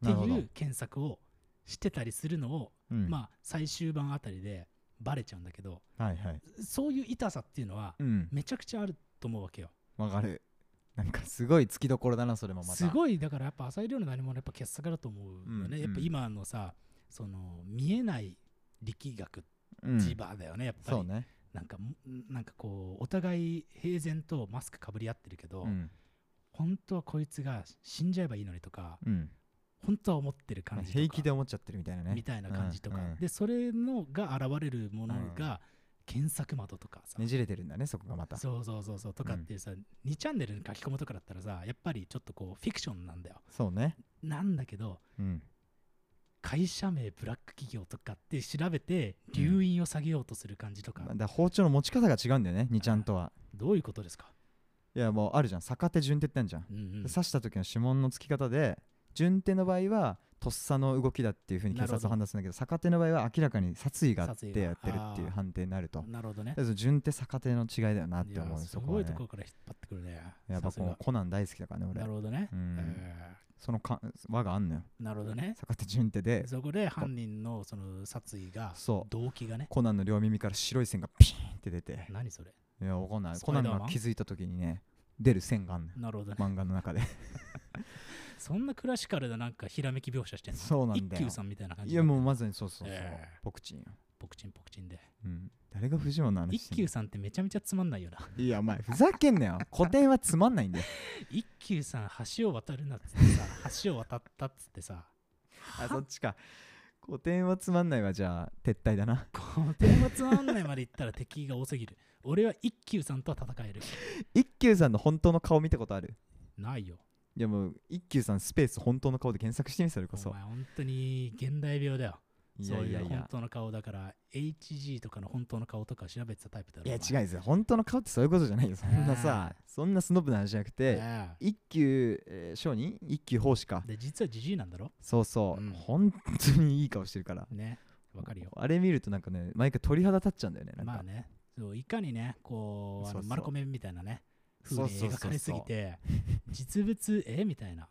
なてるほどいう検索をしてたりするのを、うんまあ最終版あたりでバレちゃうんだけどはいはいそういう痛さっていうのはうんめちゃくちゃあると思うわけよ。わかるなんかすごいつきどころだなそれもまたすごいだからやっぱ浅井亮の何もやっぱ傑作だと思うよね、うんやっぱうん今のさその見えない力学うん千葉だよね、やっぱりそうねなんかもなんかこうお互い平然とマスクかぶり合ってるけど、うん本当はこいつが死んじゃえばいいのにとかうん本当は思ってる感じとか平気で思っちゃってるみたいなねみたいな感じとか、うんうんでそれのが現れるものが検索窓とかさ、ねじれてるんだねそこがまたそうそうそうそうとかっていうさ、2チャンネルに書き込むとかだったらさやっぱりちょっとこうフィクションなんだよそうねなんだけどうん会社名ブラック企業とかって調べて留飲を下げようとする感じとか、まあだから包丁の持ち方が違うんだよね2ちゃんとはどういうことですか、いやもうあるじゃん逆手順手ってあるじゃんうんうんで刺した時の指紋のつき方で順手の場合はとっさの動きだっていうふうに警なるほ察どは判断するんだけど逆手の場合は明らかに殺意があっ殺意てがやってるっていあーう判定になるとだかなるほどねらその順手逆手の違いだよなっいてや思うすそこごはいねところから引っ張ってくるねやっぱさすこがうコナン大好きだからね俺なるほどね、うんえそのか輪があんのよーなるほどね逆手順手でそこで犯人のその殺意がそう動機がねコナンの両耳から白い線がピーンって出て何それいやわかんないスコパナインダーマンが気づいた時にね出る線があんのよなるほどね漫画の中でそんなクラシカルななんかひらめき描写してんのそうなんだ一よ休さんみたいな感じいやもうまさにそうそうそうええポクチンよポクチンポクチンでうん誰が藤本の話し一てんの休さんってめちゃめちゃつまんないよ ないや、お前、ふざけんなよ。古典はつまんないんだよ。一休さん橋を渡るなっつってさ 橋を渡ったっつってさあ、そっちか。古典はつまんないわ、じゃあ、撤退だな。この天末案内まで行ったら敵が多すぎる俺は一休さんとは戦える一休さんの本当の顔見たことあるないよいや、もう、一休さんスペース本当の顔で検索してみ、それこおそ前。本当に現代病だよいやいやそういうい本や。当の顔だから HG とかの本当の顔とか調べてたタイプだろいや、う違うですよ。本当の顔ってそういうことじゃないよ。そんなさ、そんなスノブな話じゃなくて、一休、えー商人一休奉仕か。で実はジジイなんだろそうそうう。ん本当にいい顔してるから。ねわかるよあれ見るとなんかね、毎回鳥肌立っちゃうんだよね。なんかまあねそういかにねこうあそのうそうマルコメみたいなね風そうにそうそうそう描かれすぎて実物えみたいな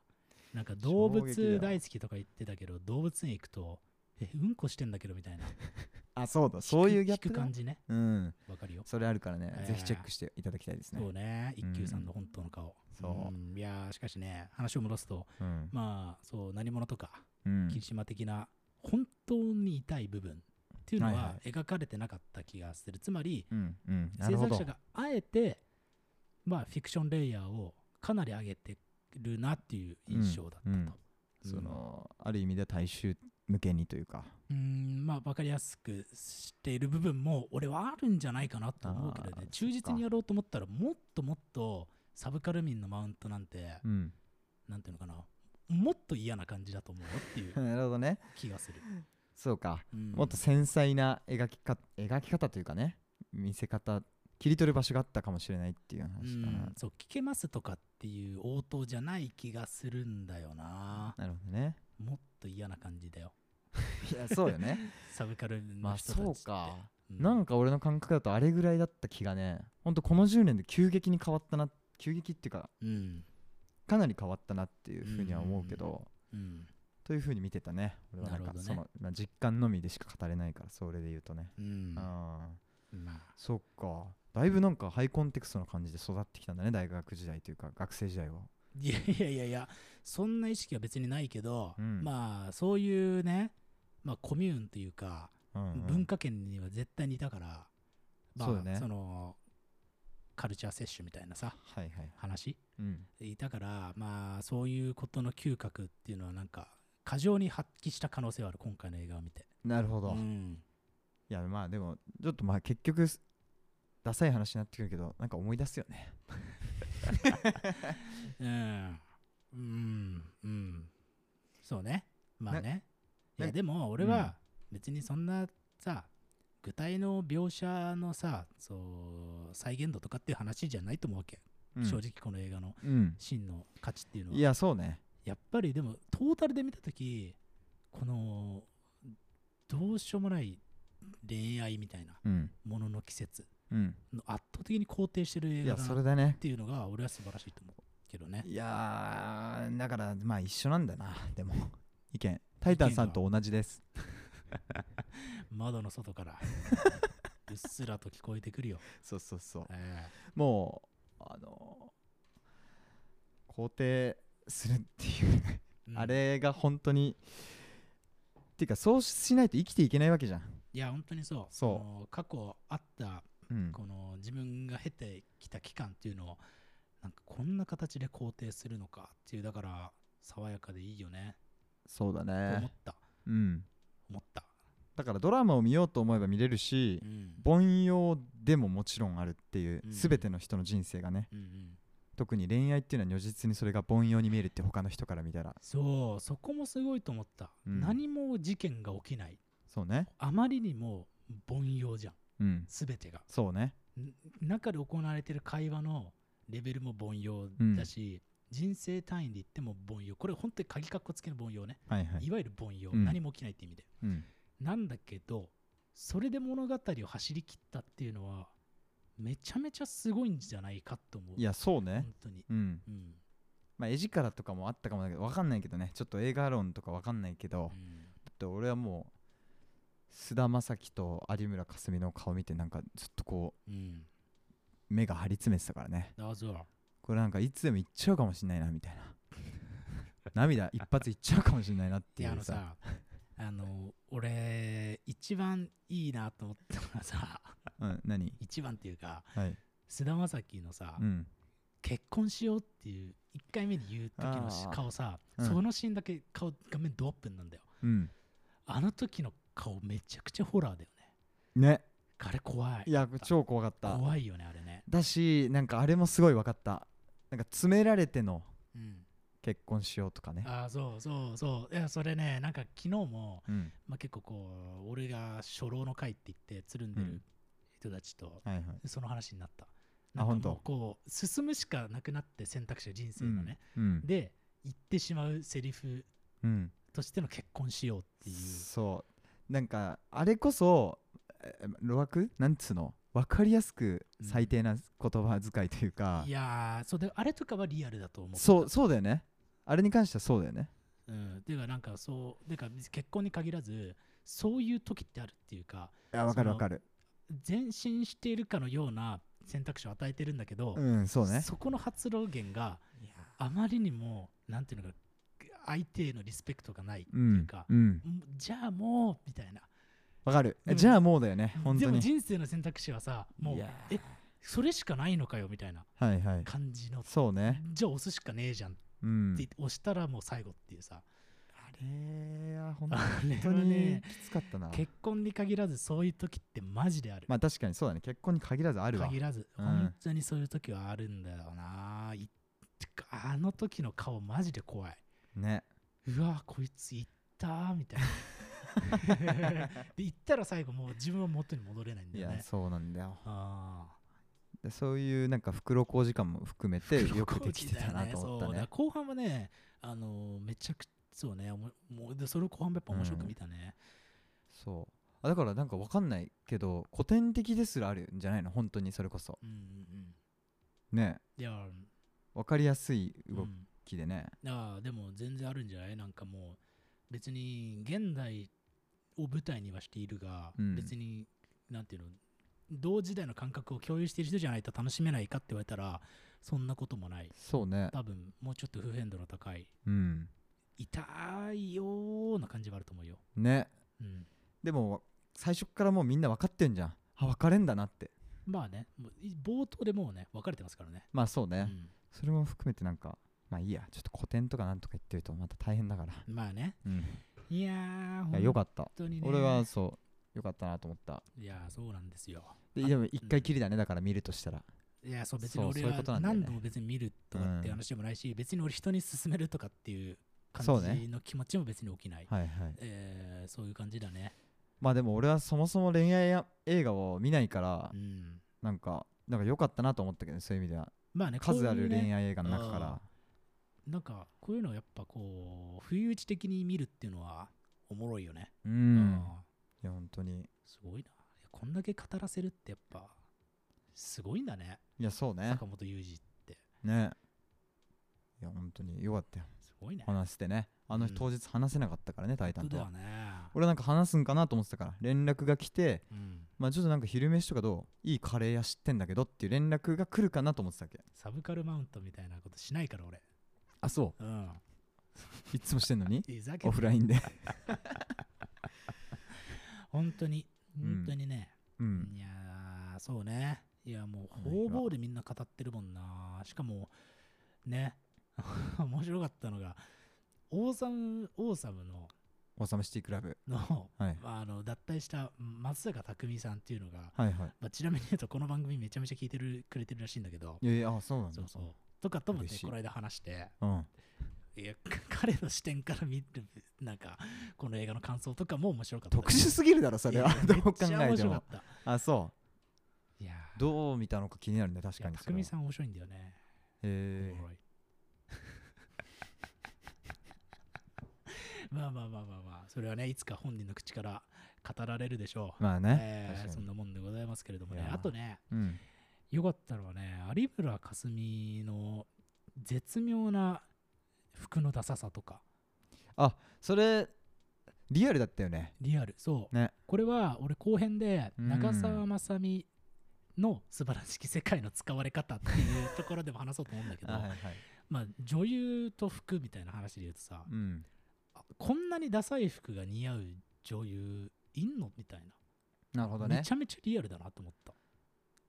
なんか動衝撃だ物よ大好きとか言ってたけど動物園行くとえうんこしてんだけどみたいなあ、そうだ。 そういうギャップ聞くだ感。じねうん。わかるよそれあるからね、ええぜひチェックしていただきたいですねそう。ね一ん休さんの本当の顔、そうんいやーしかしね話を戻すとうんまあそう何者とかうん霧島的な本当に痛い部分っていうのはいはは描かれてなかった気がする、つまりうんうん、な制るほ作ど者があえて、まあ、フィクションレイヤーをかなり上げてるなっていう印象だったと。ううんんんそのある意味では大衆向けにというかまあ、分かりやすくしている部分も俺はあるんじゃないかなと思うけどあーそっねか忠実にやろうと思ったらもっともっとサブカル民のマウントなんて、うん なんていうのかなもっと嫌な感じだと思うよっていうなるほどね気が する、そうか、うんもっと繊細な描きか描き方というかね見せ方切り取る場所があったかもしれないっていうう話かな、ん、そう聞けますとかっていう応答じゃない気がするんだよななるほどねもっと嫌な感じだよいやそうよね サブカルのまあ人たちって、そうか、うんなんか俺の感覚だとあれぐらいだった気がねほんとこの10年で急激に変わったな急激っていうかうんかなり変わったなっていうふうには思うけど、うんというふうに見てたね俺はなんなかるほどねその、まあ、実感のみでしか語れないからそれで言うとね、うんまあああそっかだいぶなんかハイコンテクストな感じで育ってきたんだね大学時代というか学生時代はいやいやいやいやそんな意識は別にないけど、うんまあそういうねまあコミューンというか、うんうん文化圏には絶対にいたからまあそうだねのカルチャー摂取みたいなさはいはい話うんいたからまあそういうことの嗅覚っていうのはなんか過剰に発揮した可能性はある今回の映画を見てなるほうど、いんやまあでもちょっとまあ結局すダサい話になってくるけどなんか思い出すよねうんうんうんそうねまあねいなやなでも俺は別にそんなさ具体の描写のさそう再現度とかっていう話じゃないと思うわけうん正直この映画のうん真の価値っていうのはいやそうねやっぱりでもトータルで見た時このどうしようもない恋愛みたいなうんものの季節うんの圧倒的に肯定してる映い画やだそなっれだねていうのが俺は素晴らしいと思うけどねいやーだからまあ一緒なんだなでも 意見タイタンさんと同じです窓の外 からうっすらと聞こえてくるよ、そうそうそうえもうあの肯定するっていうえうんあれが本当にっていうかそうしないと生きていけないわけじゃん、いや本当にそうそうあの過去あったうん、この自分が経てきた期間っていうのをなんかこんな形で肯定するのかっていうだから爽やかでいいよね、そうだ思ねったうん思った、だからドラマを見ようと思えば見れるしうん、凡庸でももちろんあるっていううん全ての人の人生がねうんうん特に恋愛っていうのは如実にそれが凡庸に見えるって他の人から見たらそうそこもすごいと思った、うん何も事件が起きないそうねあまりにも凡庸じゃんうん全てがそうねん中で行われてる会話のレベルも凡庸だし、人生単位で言っても凡庸これ本当に鍵かっこつけの凡庸ね、はいはいい、わゆる凡庸、うん何も起きないって意味でうんなんだけどそれで物語を走り切ったっていうのはめちゃめちゃすごいんじゃないかと思ういやそうね本当に、うんうんまあ絵力とかもあったかもだけど分かんないけどねちょっと映画論とか分かんないけど、うんだって俺はもう菅田将暉と有村架純の顔見てなんかずっとこうんう目が張り詰めてたからねだぞこれなんかいつでも行っちゃうかもしんないなみたい な涙一発いっちゃうかもしんないなっでていあのうささあの俺一番いいなと思ったのがさうん何一番っていうかはい菅田将暉のさ、うん結婚しようっていう1回目に言う時のしあー顔さ、うんそのシーンだけ顔画面ドアップなんだようんあの時の顔めちゃくちゃホラーだよねねあれ怖いいや超怖かった怖いよねあれねだしなんかあれもすごい分かったなんか詰められてのうん結婚しようとかねああそうそうそういやそれねなんか昨日も、うんまあ、結構こう俺が初老の会って言ってつるんでうるん人たちとはいはいその話になった。あなんか本当もうこう進むしかなくなって選択肢が人生のね、うんで言ってしまうセリフうんとしての結婚しようっていうそうなんかあれこそえ路枠なんつうの分かりやすくうん最低な言葉遣いというか、いやーそうであれとかはリアルだと思うそうそうだよねあれに関してはそうだよねうん、ていうかなんかそうてか結婚に限らずそういう時ってあるっていうかいや分かる分かる前進しているかのような選択肢を与えてるんだけど、うんそうねそこの発露源があまりにもなんていうのか相手へのリスペクトがないってういうんか、うんもうじゃあもうみたいな分かるでもじゃあもうだよね本で当もに人生の選択肢はさもういやえそれしかないのかよみたいなはいはい感じのそうねじゃあ押すしかねえじゃんっうんて押したらもう最後っていうさあれは 本 あれ当はにねきつかったな結婚に限らずそういう時ってマジである、まあ確かにそうだね結婚に限らずあるわ限らずうん本当にそういう時はあるんだよな、いてかあの時の顔マジで怖いねうわこいつ行ったーみたい なで行ったら最後もう自分は元に戻れないんいだよやねそうなんだよああでそういうなんか袋小路感も含めてよくできてたなと思ったそうだね後半はね、あのーめちゃくちゃそうねおももうでそれを後半もやっぱ面白く見たね、そうあだからなんかわかんないけど古典的ですらあるんじゃないの本当にそれこそうん、うんうんねいや、わかりやすいう動ん、きでね、あーでも全然あるんじゃないなんかもう別に現代を舞台にはしているが、うん別になんていうの同時代の感覚を共有している人じゃないと楽しめないかって言われたらそんなこともないそうね多分もうちょっと普遍度の高いうん痛いよーな感じはあると思うよ、ねうん、でもわ最初っからもうみんな分かってんじゃんあ別れんだなってまあね、もうい冒頭でもうね、別れてますからね。まあそうね、うそれも含めてなんかまあいいやちょっと古典とかなんとか言ってるとまた大変だから、ん、まあね。うん、いやー、いやよかっったた。ね、俺はそうよかったなと思ったいやー、そうなんですよ。であでも一回きりだねだから見るとしたらいやー、そう、別そにう俺そういうことなはんだよね何度も別に見るとかって話でもないし、別に俺人に勧めるとかっていうそう感ねじの気持ちも別に起きない。はいはいえーそういう感じだね。まあでも俺はそもそも恋愛や映画を見ないからうん。なんか、なんか良かったなと思ったけどね、そういう意味では。まあね数あるこういうね恋愛映画の中からなんかこういうのをやっぱこう不意打ち的に見るっていうのはおもろいよね、ううんいや本当にすごいないやこんだけ語らせるってやっぱすごいんだねいやそうね坂本雄二ってねいや本当によかったよすごいね話してねあの日うん当日話せなかったからね「タイタ本ン」当とだはよね、俺なんか話すんかなと思ってたから連絡が来てうん、まあちょっとなんか昼飯とかどういいカレー屋知ってんだけどっていう連絡が来るかなと思ってたわけサブカルマウントみたいなことしないから俺あそうんういつもして んのにふざけオんなフラインで本当にうん本当にね、うんいやーそうねいやもうあの方映画々でみんな語ってるもんなしかもね 面白かったのがオーサムオーサムのオーサムシティクラブの,、はいまあ、あの脱退した松坂拓海さんっていうのが、はいはいまあ、ちなみに言うとこの番組めちゃめちゃ聞いてるくれてるらしいんだけどいやいやあそうなんだそうそうとかともね嬉しいこの間話して うんいやか彼の視点から見るなんかこの映画の感想とかも面白かったね、特殊すぎるだろそれはいやいや どう考めっちゃえ面て白かもったあそういやーどう見たのか気になるね確いかやにそれは匠さん面白いんだよねへおもろい まあまあまあまあまあそれはねいつか本人の口から語られるでしょう、えまあねえー確かにそんなもんでございますけれどもいねやーあとねうんよかったのはね有村架純の絶妙な服のダサさとかそれリアルだったよねリアルそう、ねこれは俺後編でうん長澤まさみの素晴らしき世界の使われ方っていうところでも話そうと思うんだけ ど、あはいはいまあ女優と服みたいな話で言うとさ、うんあこんなにダサい服が似合う女優いんのみたいな、なるほどめねちゃめちゃリアルだなと思った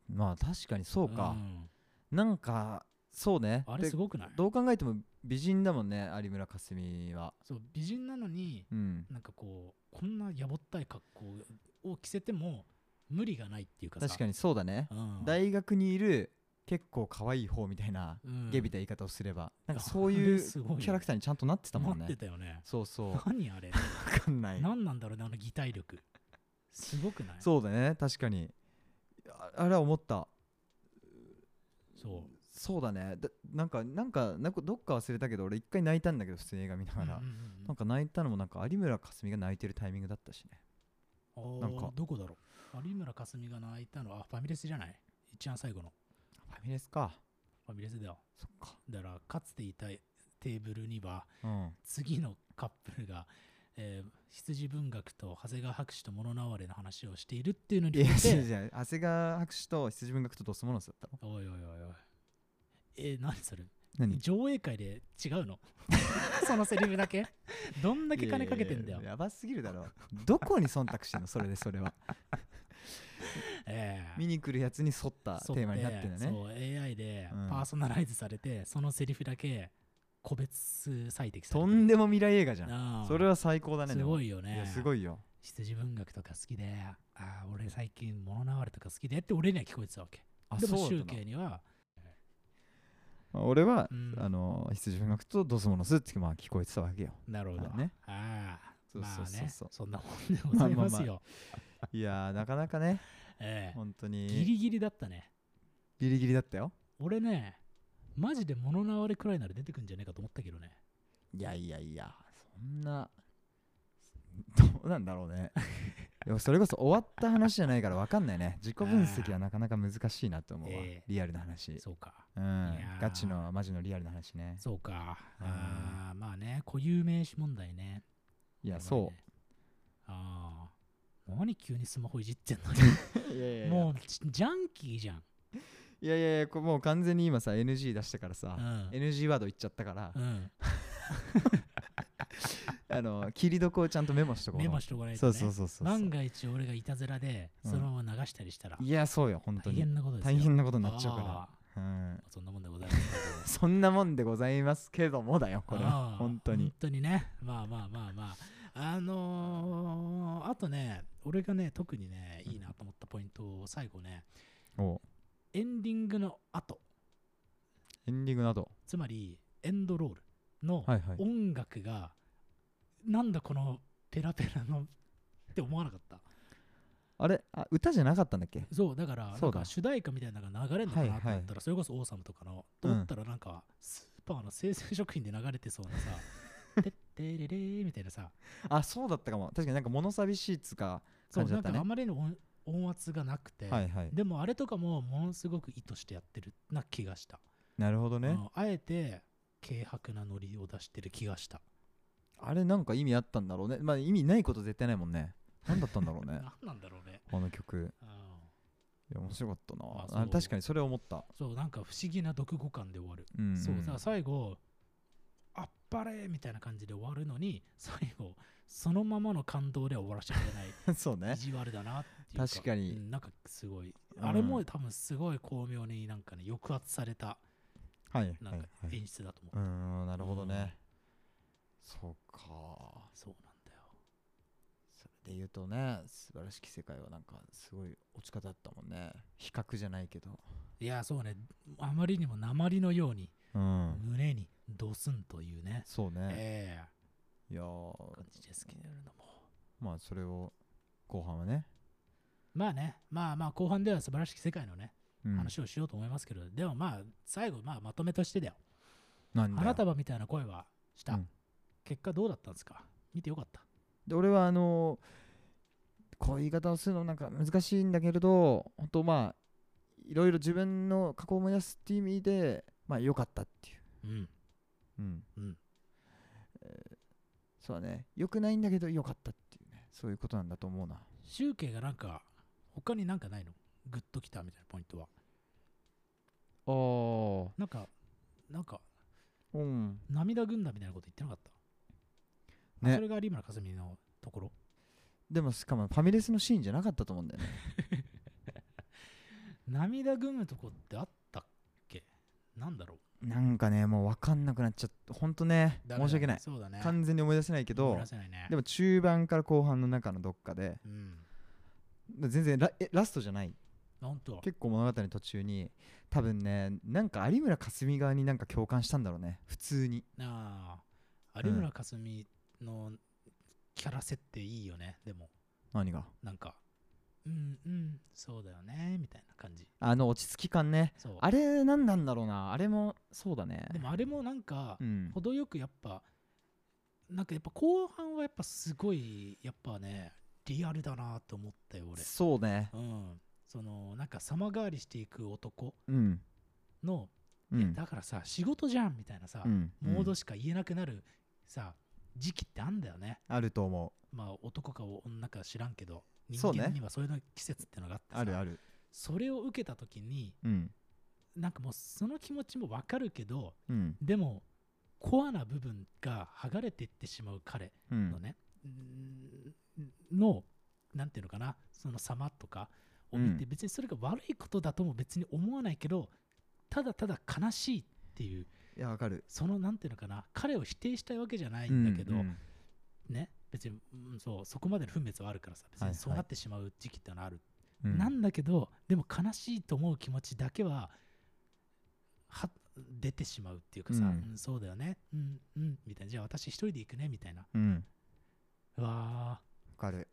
まあ確かにそうかんなんかそうねあれですごくないどう考えても美人だもんね有村架純はそう美人なのにうんなんかこうこんなやぼったい格好を着せても無理がないっていうかさ確かにそうだねに、うん、大学にいる結構可愛い方みたいなうんゲビた言い方をすればなんかあそういうあれすごいねキャラクターにちゃんとなってたもんなってねたよねそうそうわ何あれかんない何なんだろうねあの擬態力すごくないそうだね確かにああれは思ったそうそうだねだなんかなんかなんかどっか忘れたけど俺一回泣いたんだけど普通に映画見ながら、うんうんうんなんか泣いたのもなんか有村架純が泣いてるタイミングだったしねあーなんかどこだろう有村架純が泣いたのはあファミレスじゃない一番最後のファミレスかファミレスだよそっかだからかつていたテーブルにはうん次のカップルが、えー羊文学と長谷川博士と物哀れの話をしているっていうのにいや触れて違う違う長谷川博士と羊文学とドスモノスだったのおいおいおいおいえー、何それ何上映会で違うの そのセリフだけどんだけ金かけてんだよいやいやいややばすぎるだろどこに忖度してんのそれでそ れはええ見に来るやつに沿ったそうテーマになってんだええねそう AI でうんパーソナライズされて、そのセリフだけ個別採滴されとてんでも未来映画じゃんなあそれは最高だねすごいいよねやすごいよ羊文学とか好きでああ俺最近物のわれとか好きでって俺には聞こえてたわけあでそもう集なんだ計にはまあ俺はうんあの羊文学とドスモノスってまあ聞こえてたわけよなるほど、まあねああそうそうそうそうまあねそんなもんでございますよ、いやーなかなかねええ本当ギにリギリだったねギリギリだったよ俺ねマジで物のわれくらいなら出てくんじゃねえかと思ったけどねいやいやいやそんなどうなんだろうね いやそれこそ終わった話じゃないから分かんないね自己分析はなかなか難しいなと思うわ、ええリアルな話そうかうんいやーガチのマジのリアルな話ねそうか、うんあーまあね固有名詞問題ねいやばやいねそああ何急にスマホいじってんのういやいやもうジジャンキーじゃん、いやいやいやこれもう完全に今さ NG 出したからうさ、ん NG ワード言っちゃったからう、ん、あの切りどこをちゃんとメモしとこうメモしとかないと、そね、うそうそうそうそう万が一俺がいたずらでうんそのまま流したりしたらいやそうよ本当大に変なことですよ大変なことになっちゃうあかーら、うん、そんなもんでございますけどそんなもんでございますけどもだよこれあーは本当に本当にねまあまあまあまああのーあとね俺がね特にねいいなと思ったポイントを最後ねおうエンディングの後エンディングなどつまりエンドロールのはいはい音楽が、なんだこのペラペラのって思わなかったあれあ歌じゃなかったんだっけそうだからなそうんだか主題歌みたいなのが流れるのかなと思ったら、はいはいそれこそオーサムとかのと思ったらなんかスーパーの生鮮食品で流れてそうなさ 「てってれれ」みたいなさあそうだったかも確かになんか物寂しいっつうかそう、感じだなっんたかねあまりの音音圧がなくて、はいはいでもあれとかもものすごく意図してやってるな気がした、なるほどうねんあえて軽薄なノリを出してる気がしたあれなんか意味あったんだろうねまあ意味ないこと絶対ないもんね何だったんだろ うね何なんだろうね、あの曲うんいや面白かったなあ、あそう確かにそれ思った、そうなんか不思議な読語感で終わる、うんんそうだから最後あっぱれみたいな感じで終わるのに最後そのままの感動で終わらせてくれないそう ね意地悪だなっていうか確かにうんなんかすごいうんあれも多分すごい巧妙になんかね抑圧されたはいはいなはんいか演出だと思う、うーんなるほどうんねそうかそうなんだよそれで言うとね素晴らしき世界はなんかすごい落ち方だったもんね比較じゃないけどいやそうねあまりにも鉛のようにうん胸にドスンというね、そうねええいやー感じですけれどもまあそれを後半はね、まあねまあまあ後半では素晴らしき世界のねうん、話をしようと思いますけど、でもまあ最後、まあ、まとめとしてだよなんだよ花束みたいな声はした、うん結果どうだったんですか見てよかったで俺はあのこういう言い方をするのなんか難しいんだけれど本当まあいろいろ自分の過去を思い出すっていう意味でまあ良かったっていううんうん、うんえーそうだね良くないんだけど良かったっていうねそういうことなんだと思うな集計がなんか他になんかないのグッときたみたいなポイントはあなんかなんかうん涙ぐんだみたいなこと言ってなかった、あねそれが有村架純のところでもしかもファミレスのシーンじゃなかったと思うんだよね涙ぐむとこってあったっけなんだろうなんかねもう分かんなくなっちゃってほんとねダメだ申し訳ない、そうだね完全に思い出せないけ思どい出せないねでも中盤から後半の中のどっかでうん全然ラえラストじゃない本当結構物語の途中に多分ねなんか有村架純側になんか共感したんだろうね普通になあうん有村架純のキャラ設定いいよねでも何がなんかうんうんそうだよねみたいな感じあの落ち着き感ねそうあれ何なんだろうなあれもそうだねでもあれもなんかうん程よくやっぱなんかやっぱ後半はやっぱすごいやっぱねリアルだなと思ったよ俺そうねうんそのなんか様変わりしていく男うんの、ういやんだからさ仕事じゃんみたいなさ、うんモーうドんしか言えなくなるさ時期ってあんだよねあると思まあ男か女か知らんけど人そうね間にはそういうの季節ってのがあってうさあるあるそれを受けた時にうんなんかもうその気持ちもわかるけどうんでもコアな部分が剥がれていってしまう彼うんのね、んのなんていうのかなその様とかを見てう別にそれが悪いことだとも別に思わないけどただただ悲しいっていういやわかるそのなんていうのかな彼を否定したいわけじゃないいんだけど、うんね別に、うんそうそこまでの分別はあるからさ別はいはにいそうなってしまう時期ってのはある、うんなんだけどでも悲しいと思う気持ちだけはは出てしまうっていうかさ、うんうんそうだよねうんうんみたいなじゃあ私一人で行くねみたいなうんうわわかる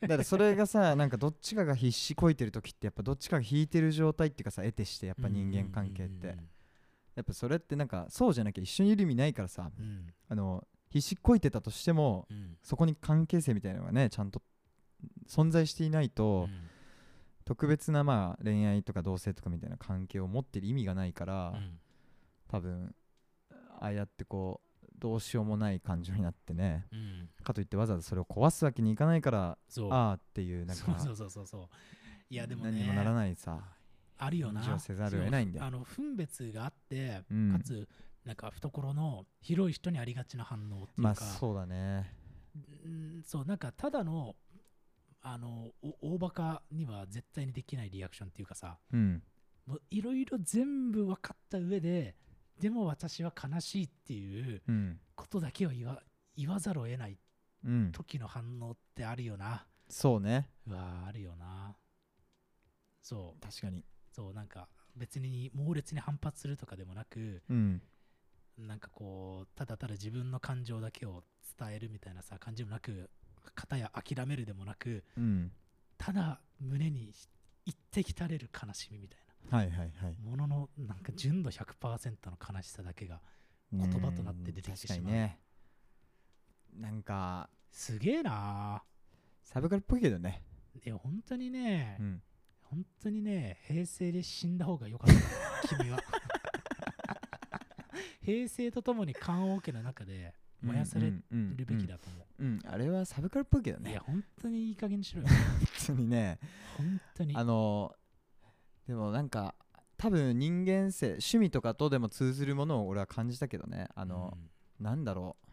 だからそれがさなんかどっちかが必死こいてる時ってやっぱどっちかが引いてる状態っていうかさ得てしてやっーぱ人間関係っうてんやっぱそれってなんかそうじゃなきゃ一緒にいる意味ないからさうんあの必死こいてたとしてもうんうんそこに関係性みたいなのがねちゃんと存在していないと、うん特別なまあ恋愛とか同性とかみたいな関係を持ってる意味がないから、うん多分ああやってこうどうしようもない感情になってねうんかといってわざわざそれを壊すわけにいかないからそうああっていうなんそうかそうそうそうそういやでもね何にもならないさあるよな感じをせざるを得ないんだよそうあの分別があってうんかつなんか懐の広い人にありがちな反応っていうか、まあそうだねうんそうなんかただのあのお大バカには絶対にできないリアクションっていうかさうんもういろいろ全部分かった上ででも私は悲しいっていううんことだけを言わ言わざるを得ないうん時の反応ってあるよなそうねうわーあるよなそう確かにそうなんか別に猛烈に反発するとかでもなくうんなんかこうただただ自分の感情だけを伝えるみたいなさ感じもなく片や諦めるでもなくうんただ胸に一滴垂れる悲しみみたいはいはいはいなもののなんか純度100%の悲しさだけが言葉となって出てきてしまうん確かにねなんかすげえなサブカルっぽいけどね、いや本当にね、うん、本当にね平成で死んだ方が良かった君は 平成とともに棺桶の中で燃やされるべきだと思う、うん、うんうんあれはサブカルっぽいけどいねや本当にいい加減にしろよ本当にね本当にあのでもなんか多分人間性趣味とかとでも通ずるものを俺は感じたけどねああの、なんだろう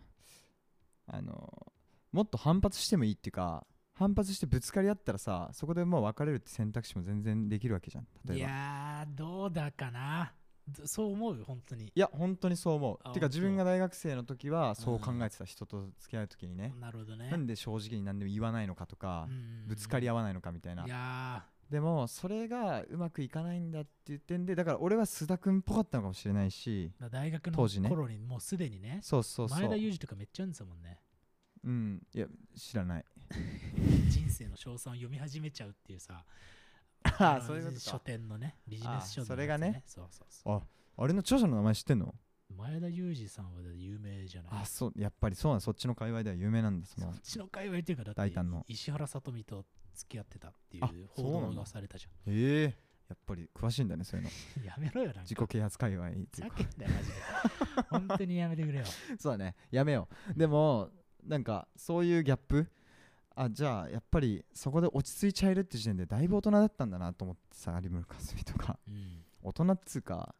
あのもっと反発してもいいっていうか反発してぶつかり合ったらさそこでもう別れるって選択肢も全然できるわけじゃん例えばいいややーどうだかなどそう思う本当に本当にそう思あうてか本当自分が大学生の時はそう考えてた人と付き合う時にね、なるほどねなんで正直に何でも言わないのかとか、ぶつかり合合わないのかみたいないやでもそれがうまくいかないんだっていう点でだから俺は須田君っぽかったのかもしれないしーだ大学当時のね頃にもうすでにねそうそうそう前田裕二とかめっちゃうんですもんねうんいや知らない人生の称賛を読み始めちゃうっていうさあの そういうこと書か店のねビジネス書のやあーつそれがねそうそうそうあれの著者の名前知ってんの前田裕二さんは有名じゃないあそうやっぱりそうなんそっちの界隈では有名なんですそもっんちの界隈っていうかだって大胆の石原さとみと付き合ってたっていあうそうな報ん道だがされたじゃへえやっぱり詳しいんだねそういうのんやめろよなんか 自己啓発界隈っていざうかけんなよマ ジで本当にやめてくれよそうだねやめようでもなんかそういうギャップあじゃあやっぱりそこで落ち着いちゃえるって時点でだいぶ大人だったんだなと思ってさ有村架純とか うん大人っつうか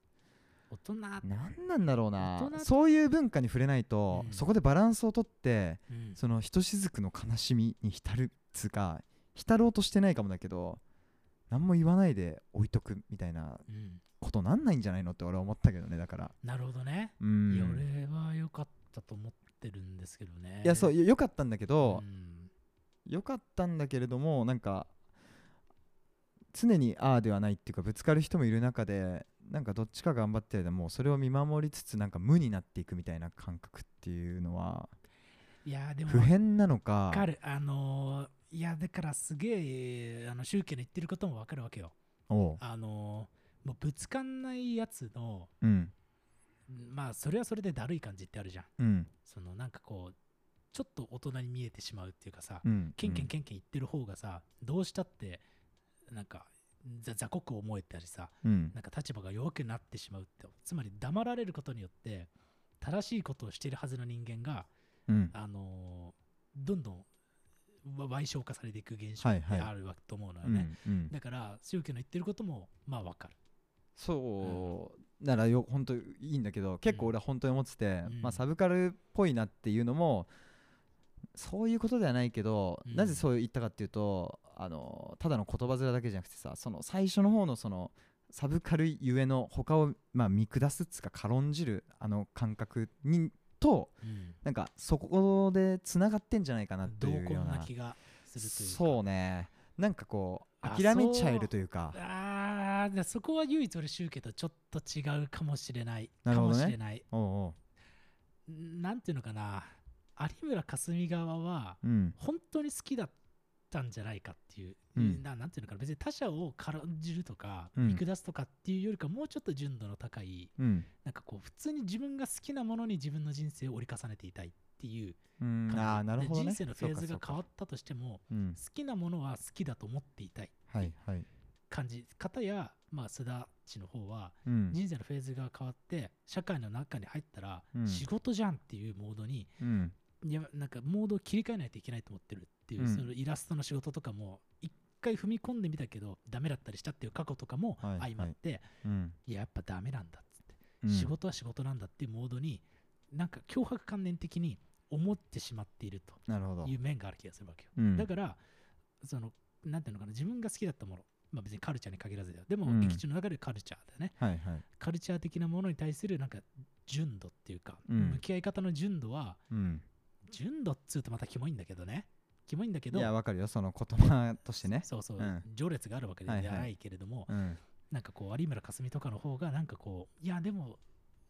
大人なんなんだろうな大人そういう文化に触れないと、うんそこでバランスをとってうんそのひとしずくの悲しみに浸るっつうか浸ろうとしてないかもだけど何も言わないで置いとくみたいなうんことなんないんじゃないのって俺は思ったけどねだからなるほどねうんいや俺は良かったと思ってるんですけどねいやそうよよかったんだけどう、んよかったんだけれどもなんか常にああではないっていうかぶつかる人もいる中でなんかどっちか頑張ってでもうそれを見守りつつなんか無になっていくみたいな感覚っていうのはいやでも不変なのかわかるあのーいやだからすげえあの宗教の言ってることもわかるわけよおうあのーもうぶつかんないやつのうんまあそれはそれでだるい感じってあるじゃんうんそのなんかこうちょっと大人に見えてしまうっていうかさ、うんケンケンケンケン言ってる方がさどうしたってなんかざ雑魚く思えたりさうんなんか立場が弱くなってしまうってつまり黙られることによって正しいことをしているはずの人間がうんあのーどんどんわ矮小化されていく現象はいではいあるわと思うのようね、んうんだから宗教の言ってることもまあわかるそうならよ本当いいんだけど結構俺は本当に思ってて、うんまあ、サブカルっぽいなっていうのもそういうことではないけど、うんなぜそう言ったかっていうとあのただの言葉面だけじゃなくてさその最初の方のそのサブカルゆえの他をまあ見下すっつうか軽んじるあの感覚にとなんかそこでつながってんじゃないかなって同いう梱ようなな気がするというかそうねなんかこあう諦めちゃえるというかあーでそこは唯一俺宗教とちょっと違うかもしれないなるほどねかもしれないおうおなんていうのかな有村架純側はううん本当に好きだったんじゃないかっていう、うんななんていうのかな別に他者を軽んじるとかうん見下すとかっていうよりかもうちょっと純度の高いうんなんかこう普通に自分が好きなものに自分の人生を折り重ねていたいっていううん感じああなるほどね人生のフェーズが変わっったとしてもう好んきなものは好きだと思っていたいはいはい感じ方やまあ須田っちの方はうん人生のフェーズが変わって社会の中に入ったらうん仕事じゃんっていうモードにうんいやなんかモードを切り替えないといけないと思ってるっていう、うんそのイラストの仕事とかも一回踏み込んでみたけどダメだったりしたっていう過去とかもはい相まって、いうんややっぱダメなんだっつって、うん仕事は仕事なんだっていうモードになんか脅迫観念的に思ってしまっているとなるほどいう面がある気がするわけよ、うんだからそのなんていうのかな自分が好きだったものまあ別にカルチャーに限らずだよでもうん劇中の中でカルチャーだよね、はいはいカルチャー的なものに対するなんか純度っていうか、うん向き合い方の純度はうん純度っつうとまたキモいんだけどねキモいんだけいどやわかるよその言葉としてねそうそう、うん序列があるわけでははいはいないけれども、うんなんかこう有村架純とかの方がなんかこういやでも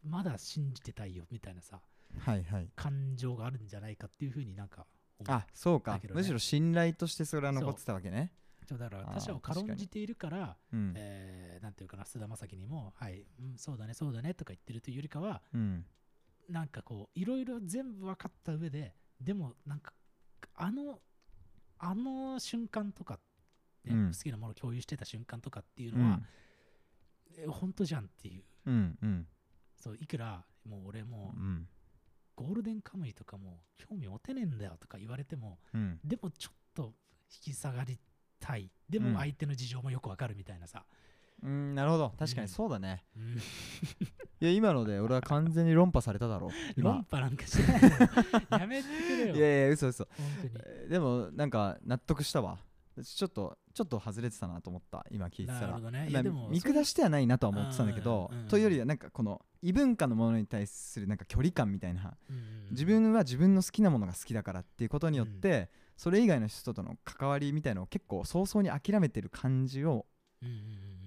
まだ信じてたいよみたいなさはいはい感情があるんじゃないかっていうふうになんか思うあそうだかけどねむしろ信頼としてそれは残ってたわけねそうだからあー他者を軽んじているから、うんえーなんていうかな、菅田将暉にも、はい、うん、そうだね、そうだねとか言ってるというよりかは、うんなんかこう、いろいろ全部分かった上で、でも、なんか、あの、あの瞬間とか、ねうん好きなものを共有してた瞬間とかっていううのは、んえ本当じゃんっていう、うんうんそういくら、もう俺もう、うんゴールデンカムイとかも、興味持てねえんだよとか言われても、うんでもちょっと引き下がりたい。でうんも相手の事情もよくわかるみたいなさ。うんなるほど確かにそうだね、うんいや今ので俺は完全に論破されただろう論破今なんかしてないよやめてくいれよ。やいや嘘嘘本当に。えーでもなんか納得したわちょっとちょっと外れてたなと思った今聞いてたらなるほどねいまあやでも見下してはないなとは思ってたんだけどうんうんうんというよりはなんかこの異文化のものに対するなんか距離感みたいなうんうん自分は自分の好きなものが好きだからっていうことによって、それ以外の人との関わりみたいのを結構早々に諦めてる感じをうんうんうん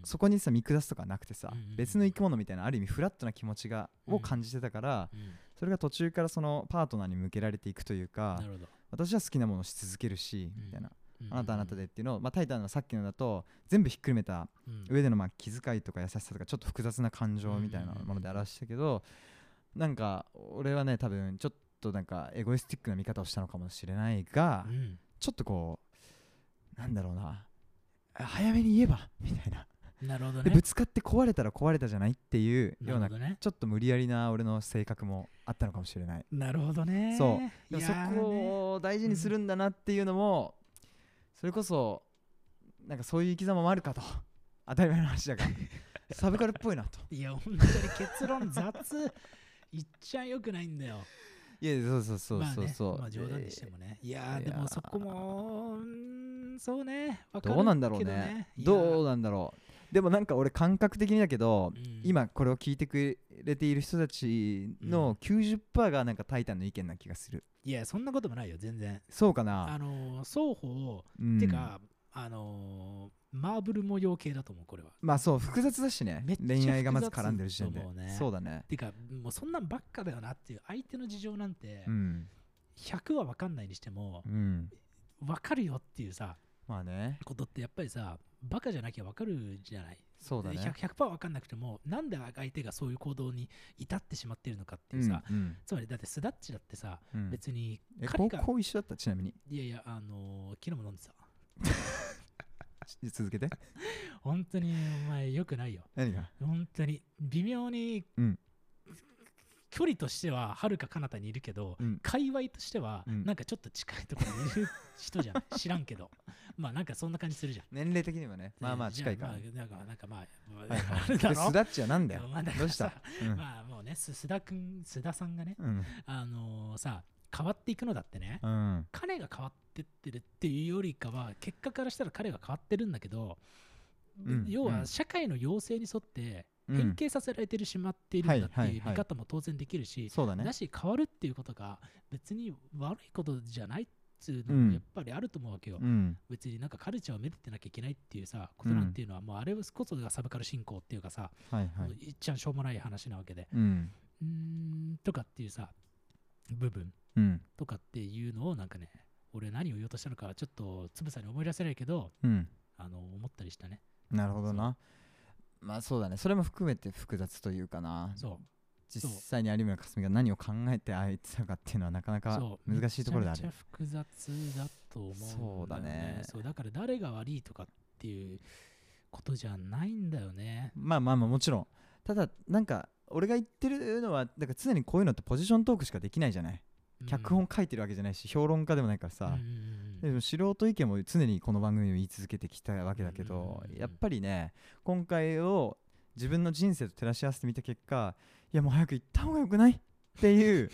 そこにさ見下すとかなくてさ、うんうんうん別の生き物みたいなある意味フラットな気持ちがうをん感じてたから、うんそれが途中からそのパートナーに向けられていくというかなるほど。私は好きなものをし続けるし、うんみたいなうんうんあなたはあなたでっ。ていうのを、まあ、タイタンのさっきのだと全部ひっくるめたうん上でのまあ気遣いとか優しさとかちょっと複雑な感情みたいなもので表したけどなんか俺はね多分ちょっとなんかエゴイスティックな見方をしたのかもしれないがうんちょっとこうなんだろうなあ早めに言えばみたいななるほどでね。ぶつかって壊れたら壊れたじゃないっていうよなうなるほどね。ちょっと無理やりな俺の性格もあったのかもしれないなるほどね。そういでやもそーねこを大事にするんだなっていうのもそれこそなんかそういう生き様もあるかと 当たり前の話だ がサブカルっぽいなといや、本当に結論雑。 言っちゃよくないんだよ。いやいやそうそうそうまあそうねそう、まあ冗談にしてもね。いやいー、でやーもそこも、うんそうね。わえかーるどうなんだろうけどねいやーどうなんだろうでもなんか俺感覚的にだけど、うん今これを聞いてくれている人たちの90%がなんかタイタンの意見な気がするいや、そんなこともないよ、全然。そうかなあのー、双方、うんてか、あのー、マーブル模様系だと思う、これは。まあそう複雑だしねめっちゃ恋愛がまず絡んでる時点で複雑だと思うねそうだねてか、もうそんなんばっかだよなっていう、相手の事情なんてう、ん100は分かんないにしてもう、ん分かるよっていうさ、まあねことってやっぱりさ、バカじゃなきゃ分かるじゃない。そうだでね 100%, 100%分かんなくても、なんで相手がそういう行動に至ってしまってるのかっていうさ、うんつまりだってスダッチだってさ、うんうん別にえ彼高が、校一緒だったちなみにいやいや、あのー昨日も飲んでた。し続けて本当にお前、よくないよ。何が本当に微妙に、うん距離としてははるか彼方にいるけど、うん界隈としてはうんなんかちょっと近いところにいる人じゃ ない知らんけどまあなんかそんな感じするじゃん年齢的にはねまあまあじゃ近いからまあ、なんかなんかまあ、は いあはいるだでろスダッチはなんだよまあだからどうしたさうんまあもうねす須田くん須田さんがねうんあのーさ変わっていくのだってね、うん彼が変わってってるっていうよりかは結果からしたら彼が変わってるんだけど、うん要うはん社会の要請に沿ってうん変形させられてるしまっているんだってはいはいいうはい見方も当然できるし、そうだねだし変わるっていうことが別に悪いことじゃないっていうのうんもやっぱりあると思うわけよ、うん別になんかカルチャーをめでてなきゃいけないっていうさことなんていうのはもうあれこそがサブカル信仰っていうかさ、はいはいいっちゃんしょうもない話なわけでうんうーんとかっていうさ部分うんとかっていうのをなんかね俺何を言おうとしたのかちょっとつぶさに思い出せないけどうんあの思ったりしたねなるほどなまあそうだねそれも含めて複雑というかなそう実際に有村架純が何を考えてあいつらかっていうのはなかなかそう難しいところであめちゃるめちゃ複雑だと思うんだよ、ね、そうだねそうだから誰が悪いとかっていうことじゃないんだよねまあまあまあもちろんただなんか俺が言ってるのはなんか常にこういうのってポジショントークしかできないじゃない脚本書いてるわけじゃないし評論家でもないからうさんう、んうんうでんも素人意見も常にこの番組を言い続けてきたわけだけど、うんうんうんうんやっぱりね今回を自分の人生と照らし合わせてみた結果いやもう早く行った方がよくないっ ていう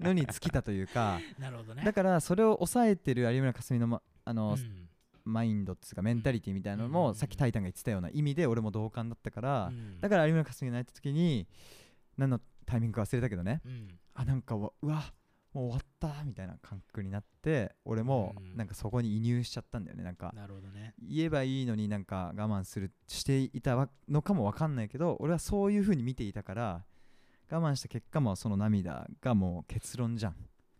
のに尽きたというかなるほどねだからそれを抑えてる有村架純の,、まあのうんマインドっつうかメンタリティみたいなのも、うんさっきタイタンが言ってたような意味で俺も同感だったから、うんだから有村架純が泣いた時に何のタイミングか忘れたけどね、うんあなんかわうわもう終わったみたいな感覚になって俺もうんなんかそこに移入しちゃったんだよねなんかなるほどね言えばいいのになんか我慢するしていたわのかもわかんないけど俺はそういう風に見ていたから我慢した結果もその涙がもう結論じゃん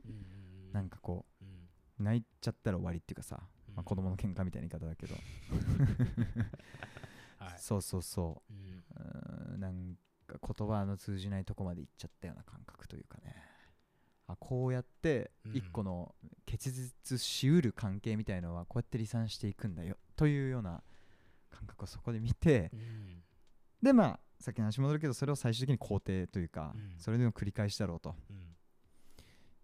うんうんうんなんかこうんう泣いちゃったら終わりっていうかさうんまあ、子供の喧嘩みたいな言い方だけど、はいそうそうそうんううーんなんか言葉の通じないとこまで行っちゃったような感覚というかねあこうやってうん一個の結実しうる関係みたいのはこうやって離散していくんだよというような感覚をそこで見てうんでまあさっきの話戻るけどそれを最終的に肯定というか、うんそれでも繰り返しだろうと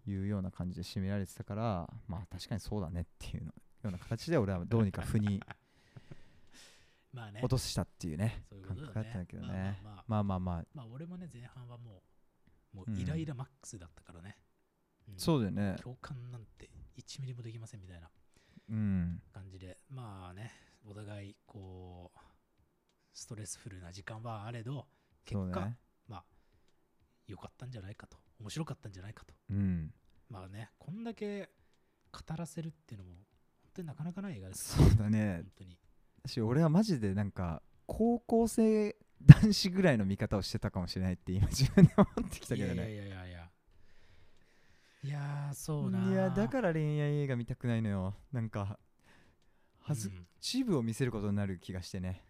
うんいうような感じで締められてたからまあ確かにそうだねっていうのような形で俺はどうにか腑にまあね落としたっていうねそういうこ感とだ覚よだったんだけどね まあまあまあままあまあまああ俺もね前半はもうもううんイライラマックスだったからね、うんそうだよね共感なんて1ミリもできませんみたいなうん感じでまあねお互いこうストレスフルな時間はあれど結そう果、ねまあ良かったんじゃないかと面白かったんじゃないかとうんまあねこんだけ語らせるっていうのも本当になかなかない映画ですそうだね本当にし俺はマジでなんか高校生男子ぐらいの見方をしてたかもしれないって今自分で思ってきたいけやどいやねいやいやいやいやーそうなーいやだから恋愛映画見たくないのよなんかはず、うんチーブを見せることになる気がしてね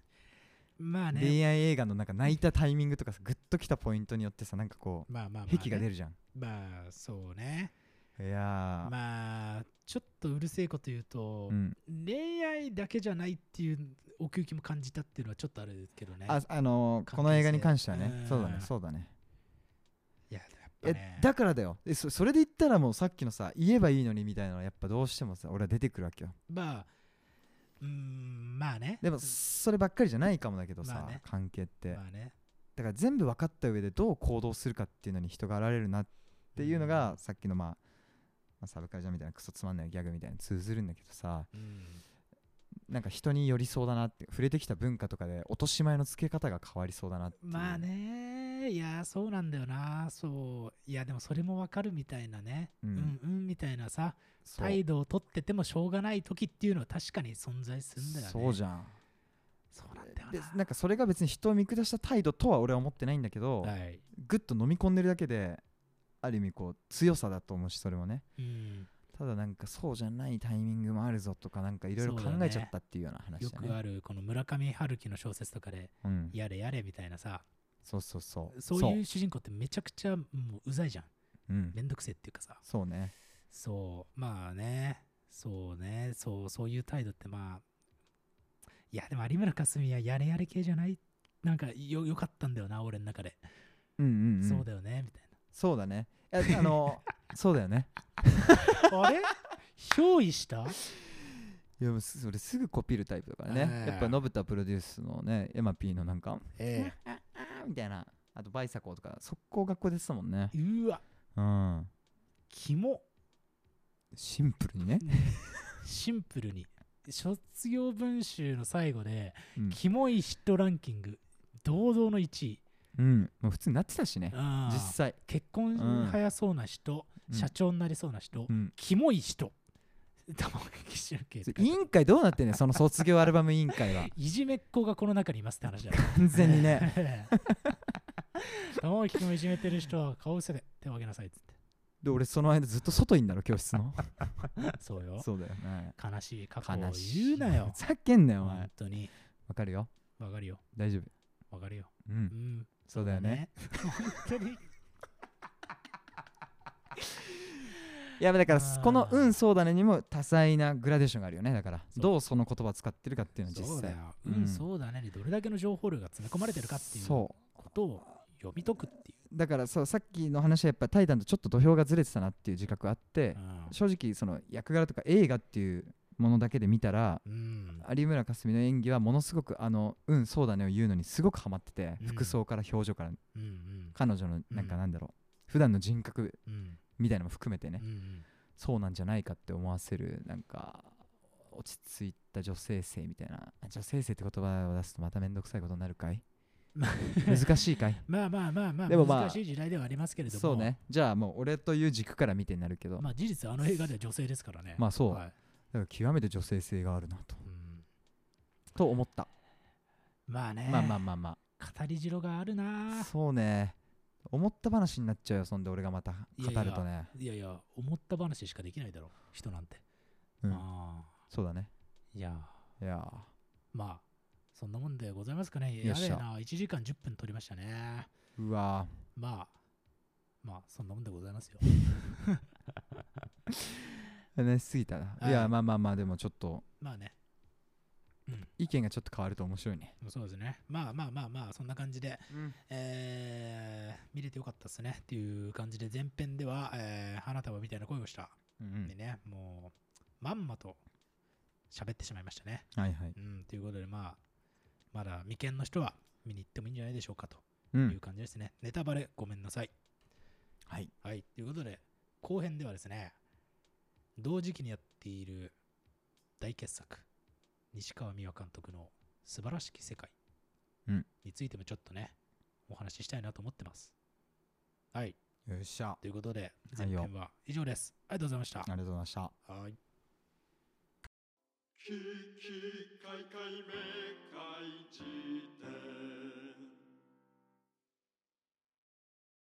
まあね恋愛映画のなんか泣いたタイミングとかさグッときたポイントによってさなんかこうまあまあまあ、癖が出るるじゃん、まあそうねいやー、まあちょっとうるせえこと言うと、うん、恋愛だけじゃないっていう奥行きも感じたっていうのはちょっとあるけどねああの関ー係性この映画に関してはうねんそうだねそうだねいややっぱえねだからだよえそそれで言ったらもうさっきのさ言えばいいのにみたいなのはやっぱどうしてもさ俺は出てくるわけよまあうーんまあねでもそればっかりじゃないかもだけどさ、まあね関係って、まあねだから全部分かった上でどう行動するかっていうのに人が現れるなっていうのが、さっきのまあ、まあサブカルジャンみたいなクソつまんないギャグみたいに通ずるんだけどさうんなんか人に寄りそうだなって触れてきた文化とかで落とし前の付け方が変わりそうだなっていうまあねいやそうなんだよなそういやでもそれもわかるみたいなね、ううんん、うんみたいなさそう態度を取っててもしょうがない時っていうのは確かに存在するんだよねそうじゃんそうなんだよでななんかそれが別に人を見下した態度とは俺は思ってないんだけど、はいぐっと飲み込んでるだけである意味こう強さだと思うしそれもねうんただなんかそうじゃないタイミングもあるぞとかなんかいろいろそ考うだねえちゃったっていうような話よだねくあるこの村上春樹の小説とかでうん、やれやれみたいなさそうそうそうそういう主人公ってめちゃくちゃもううざいじゃんう,、ん、めんどくせえっていうかさそうねそうまあねそうねそうそういう態度ってまあいやでも有村架純はやれやれ系じゃないなんかよよかったんだよな俺の中で、うんうん、うん、そうだよねみたいそうだねいや あのそうだよねなあれ憑依したいやもうすそれすぐコピるタイプだからねあーやっぱ信田プロデュースのねエマピーのなんかえあーみたいなあとバイサコーとか速攻学校でしたもんねえうわうんキモシンプルにね、シンプルに卒業文集の最後で うんキモいヒットランキング堂々の1位うん、もう普通になってたしねあ実ー際結婚うん早そうな人、うん社長になりそうな人、うんキモい人玉木周慶それ委員会どうなってんねんその卒業アルバム委員会 はいじめっ子がこの中にいますって話だ よ完全にね玉置君をいじめてる人は顔を伏せて手を挙げなさいっつってで俺その間ずっと外いんだろ教室の そうよそうだよね悲しい過去を悲しい言うなふよざけんなよお前本当にわかるよわかるよ大丈夫わかるよううんんそうだよね 本当にいやだからあーこの「うんそうだね」にも多彩なグラデーションがあるよねだからそうどうその言葉を使ってるかっていうのはそう実だ際よ、うんうん、そうだねにどれだけの情報量が詰め込まれてるかっていうこそとを読み解くっていうだからそうさっきの話はやっぱ「タイタン」とちょっと土俵がずれてたなっていう自覚あってうん正直その役柄とか映画っていうものだけで見たらうん有村架純の演技はものすごくあの「うんそうだね」を言うのにすごくハマっててうん服装から表情からうんうん彼女のなんかなんだろう普段の人格うんみたいなのも含めてうねんそうなんじゃないかって思わせるなんか落ち着いた女性性みたいなあ女性性って言葉を出すとまためんどくさいことになるか いまあ難しいかいまあまあまあまあ、でもまあ難しい時代ではありますけれども、そうねじゃあもう俺という軸から見てになるけど、まあ事実、あの映画では女性ですからね。まあそうはいだから極めて女性性があるなとうんと思った、まあね、まあまあまあま語り城があるあな。そうね思った話になっちゃうよそんで俺がまた語るとねいやいや、思った話しかできないだろう、人なんて。うんああそうだねいやーいやまあそんなもんでございますかねよやっれしゃな1時間10分取りましたねーうわまあまあそんなもんでございますよー話しすぎたな、はいい、やまあまあまあでもちょっとまあね意見がちょっと変わると面白いねそうですねまあまあまあまあそんな感じでえー見れてよかったっすねっていう感じで前編では、えー花束みたいな声をしたうんでね、もうまんまと喋ってしまいましたね。はいはいうん、ということでまあまだ未見の人は見に行ってもいいんじゃないでしょうかとういうん感じですね。ネタバレごめんなさい。はいはい、ということで後編ではですね同時期にやっている大傑作西川美和監督の「素晴らしき世界うん」についてもちょっとね、お話ししたいなと思ってます。はい、よっしゃあということでは前いよ編は以上です。ありがとうございましたり。がとうございましたはいキキカイカイめ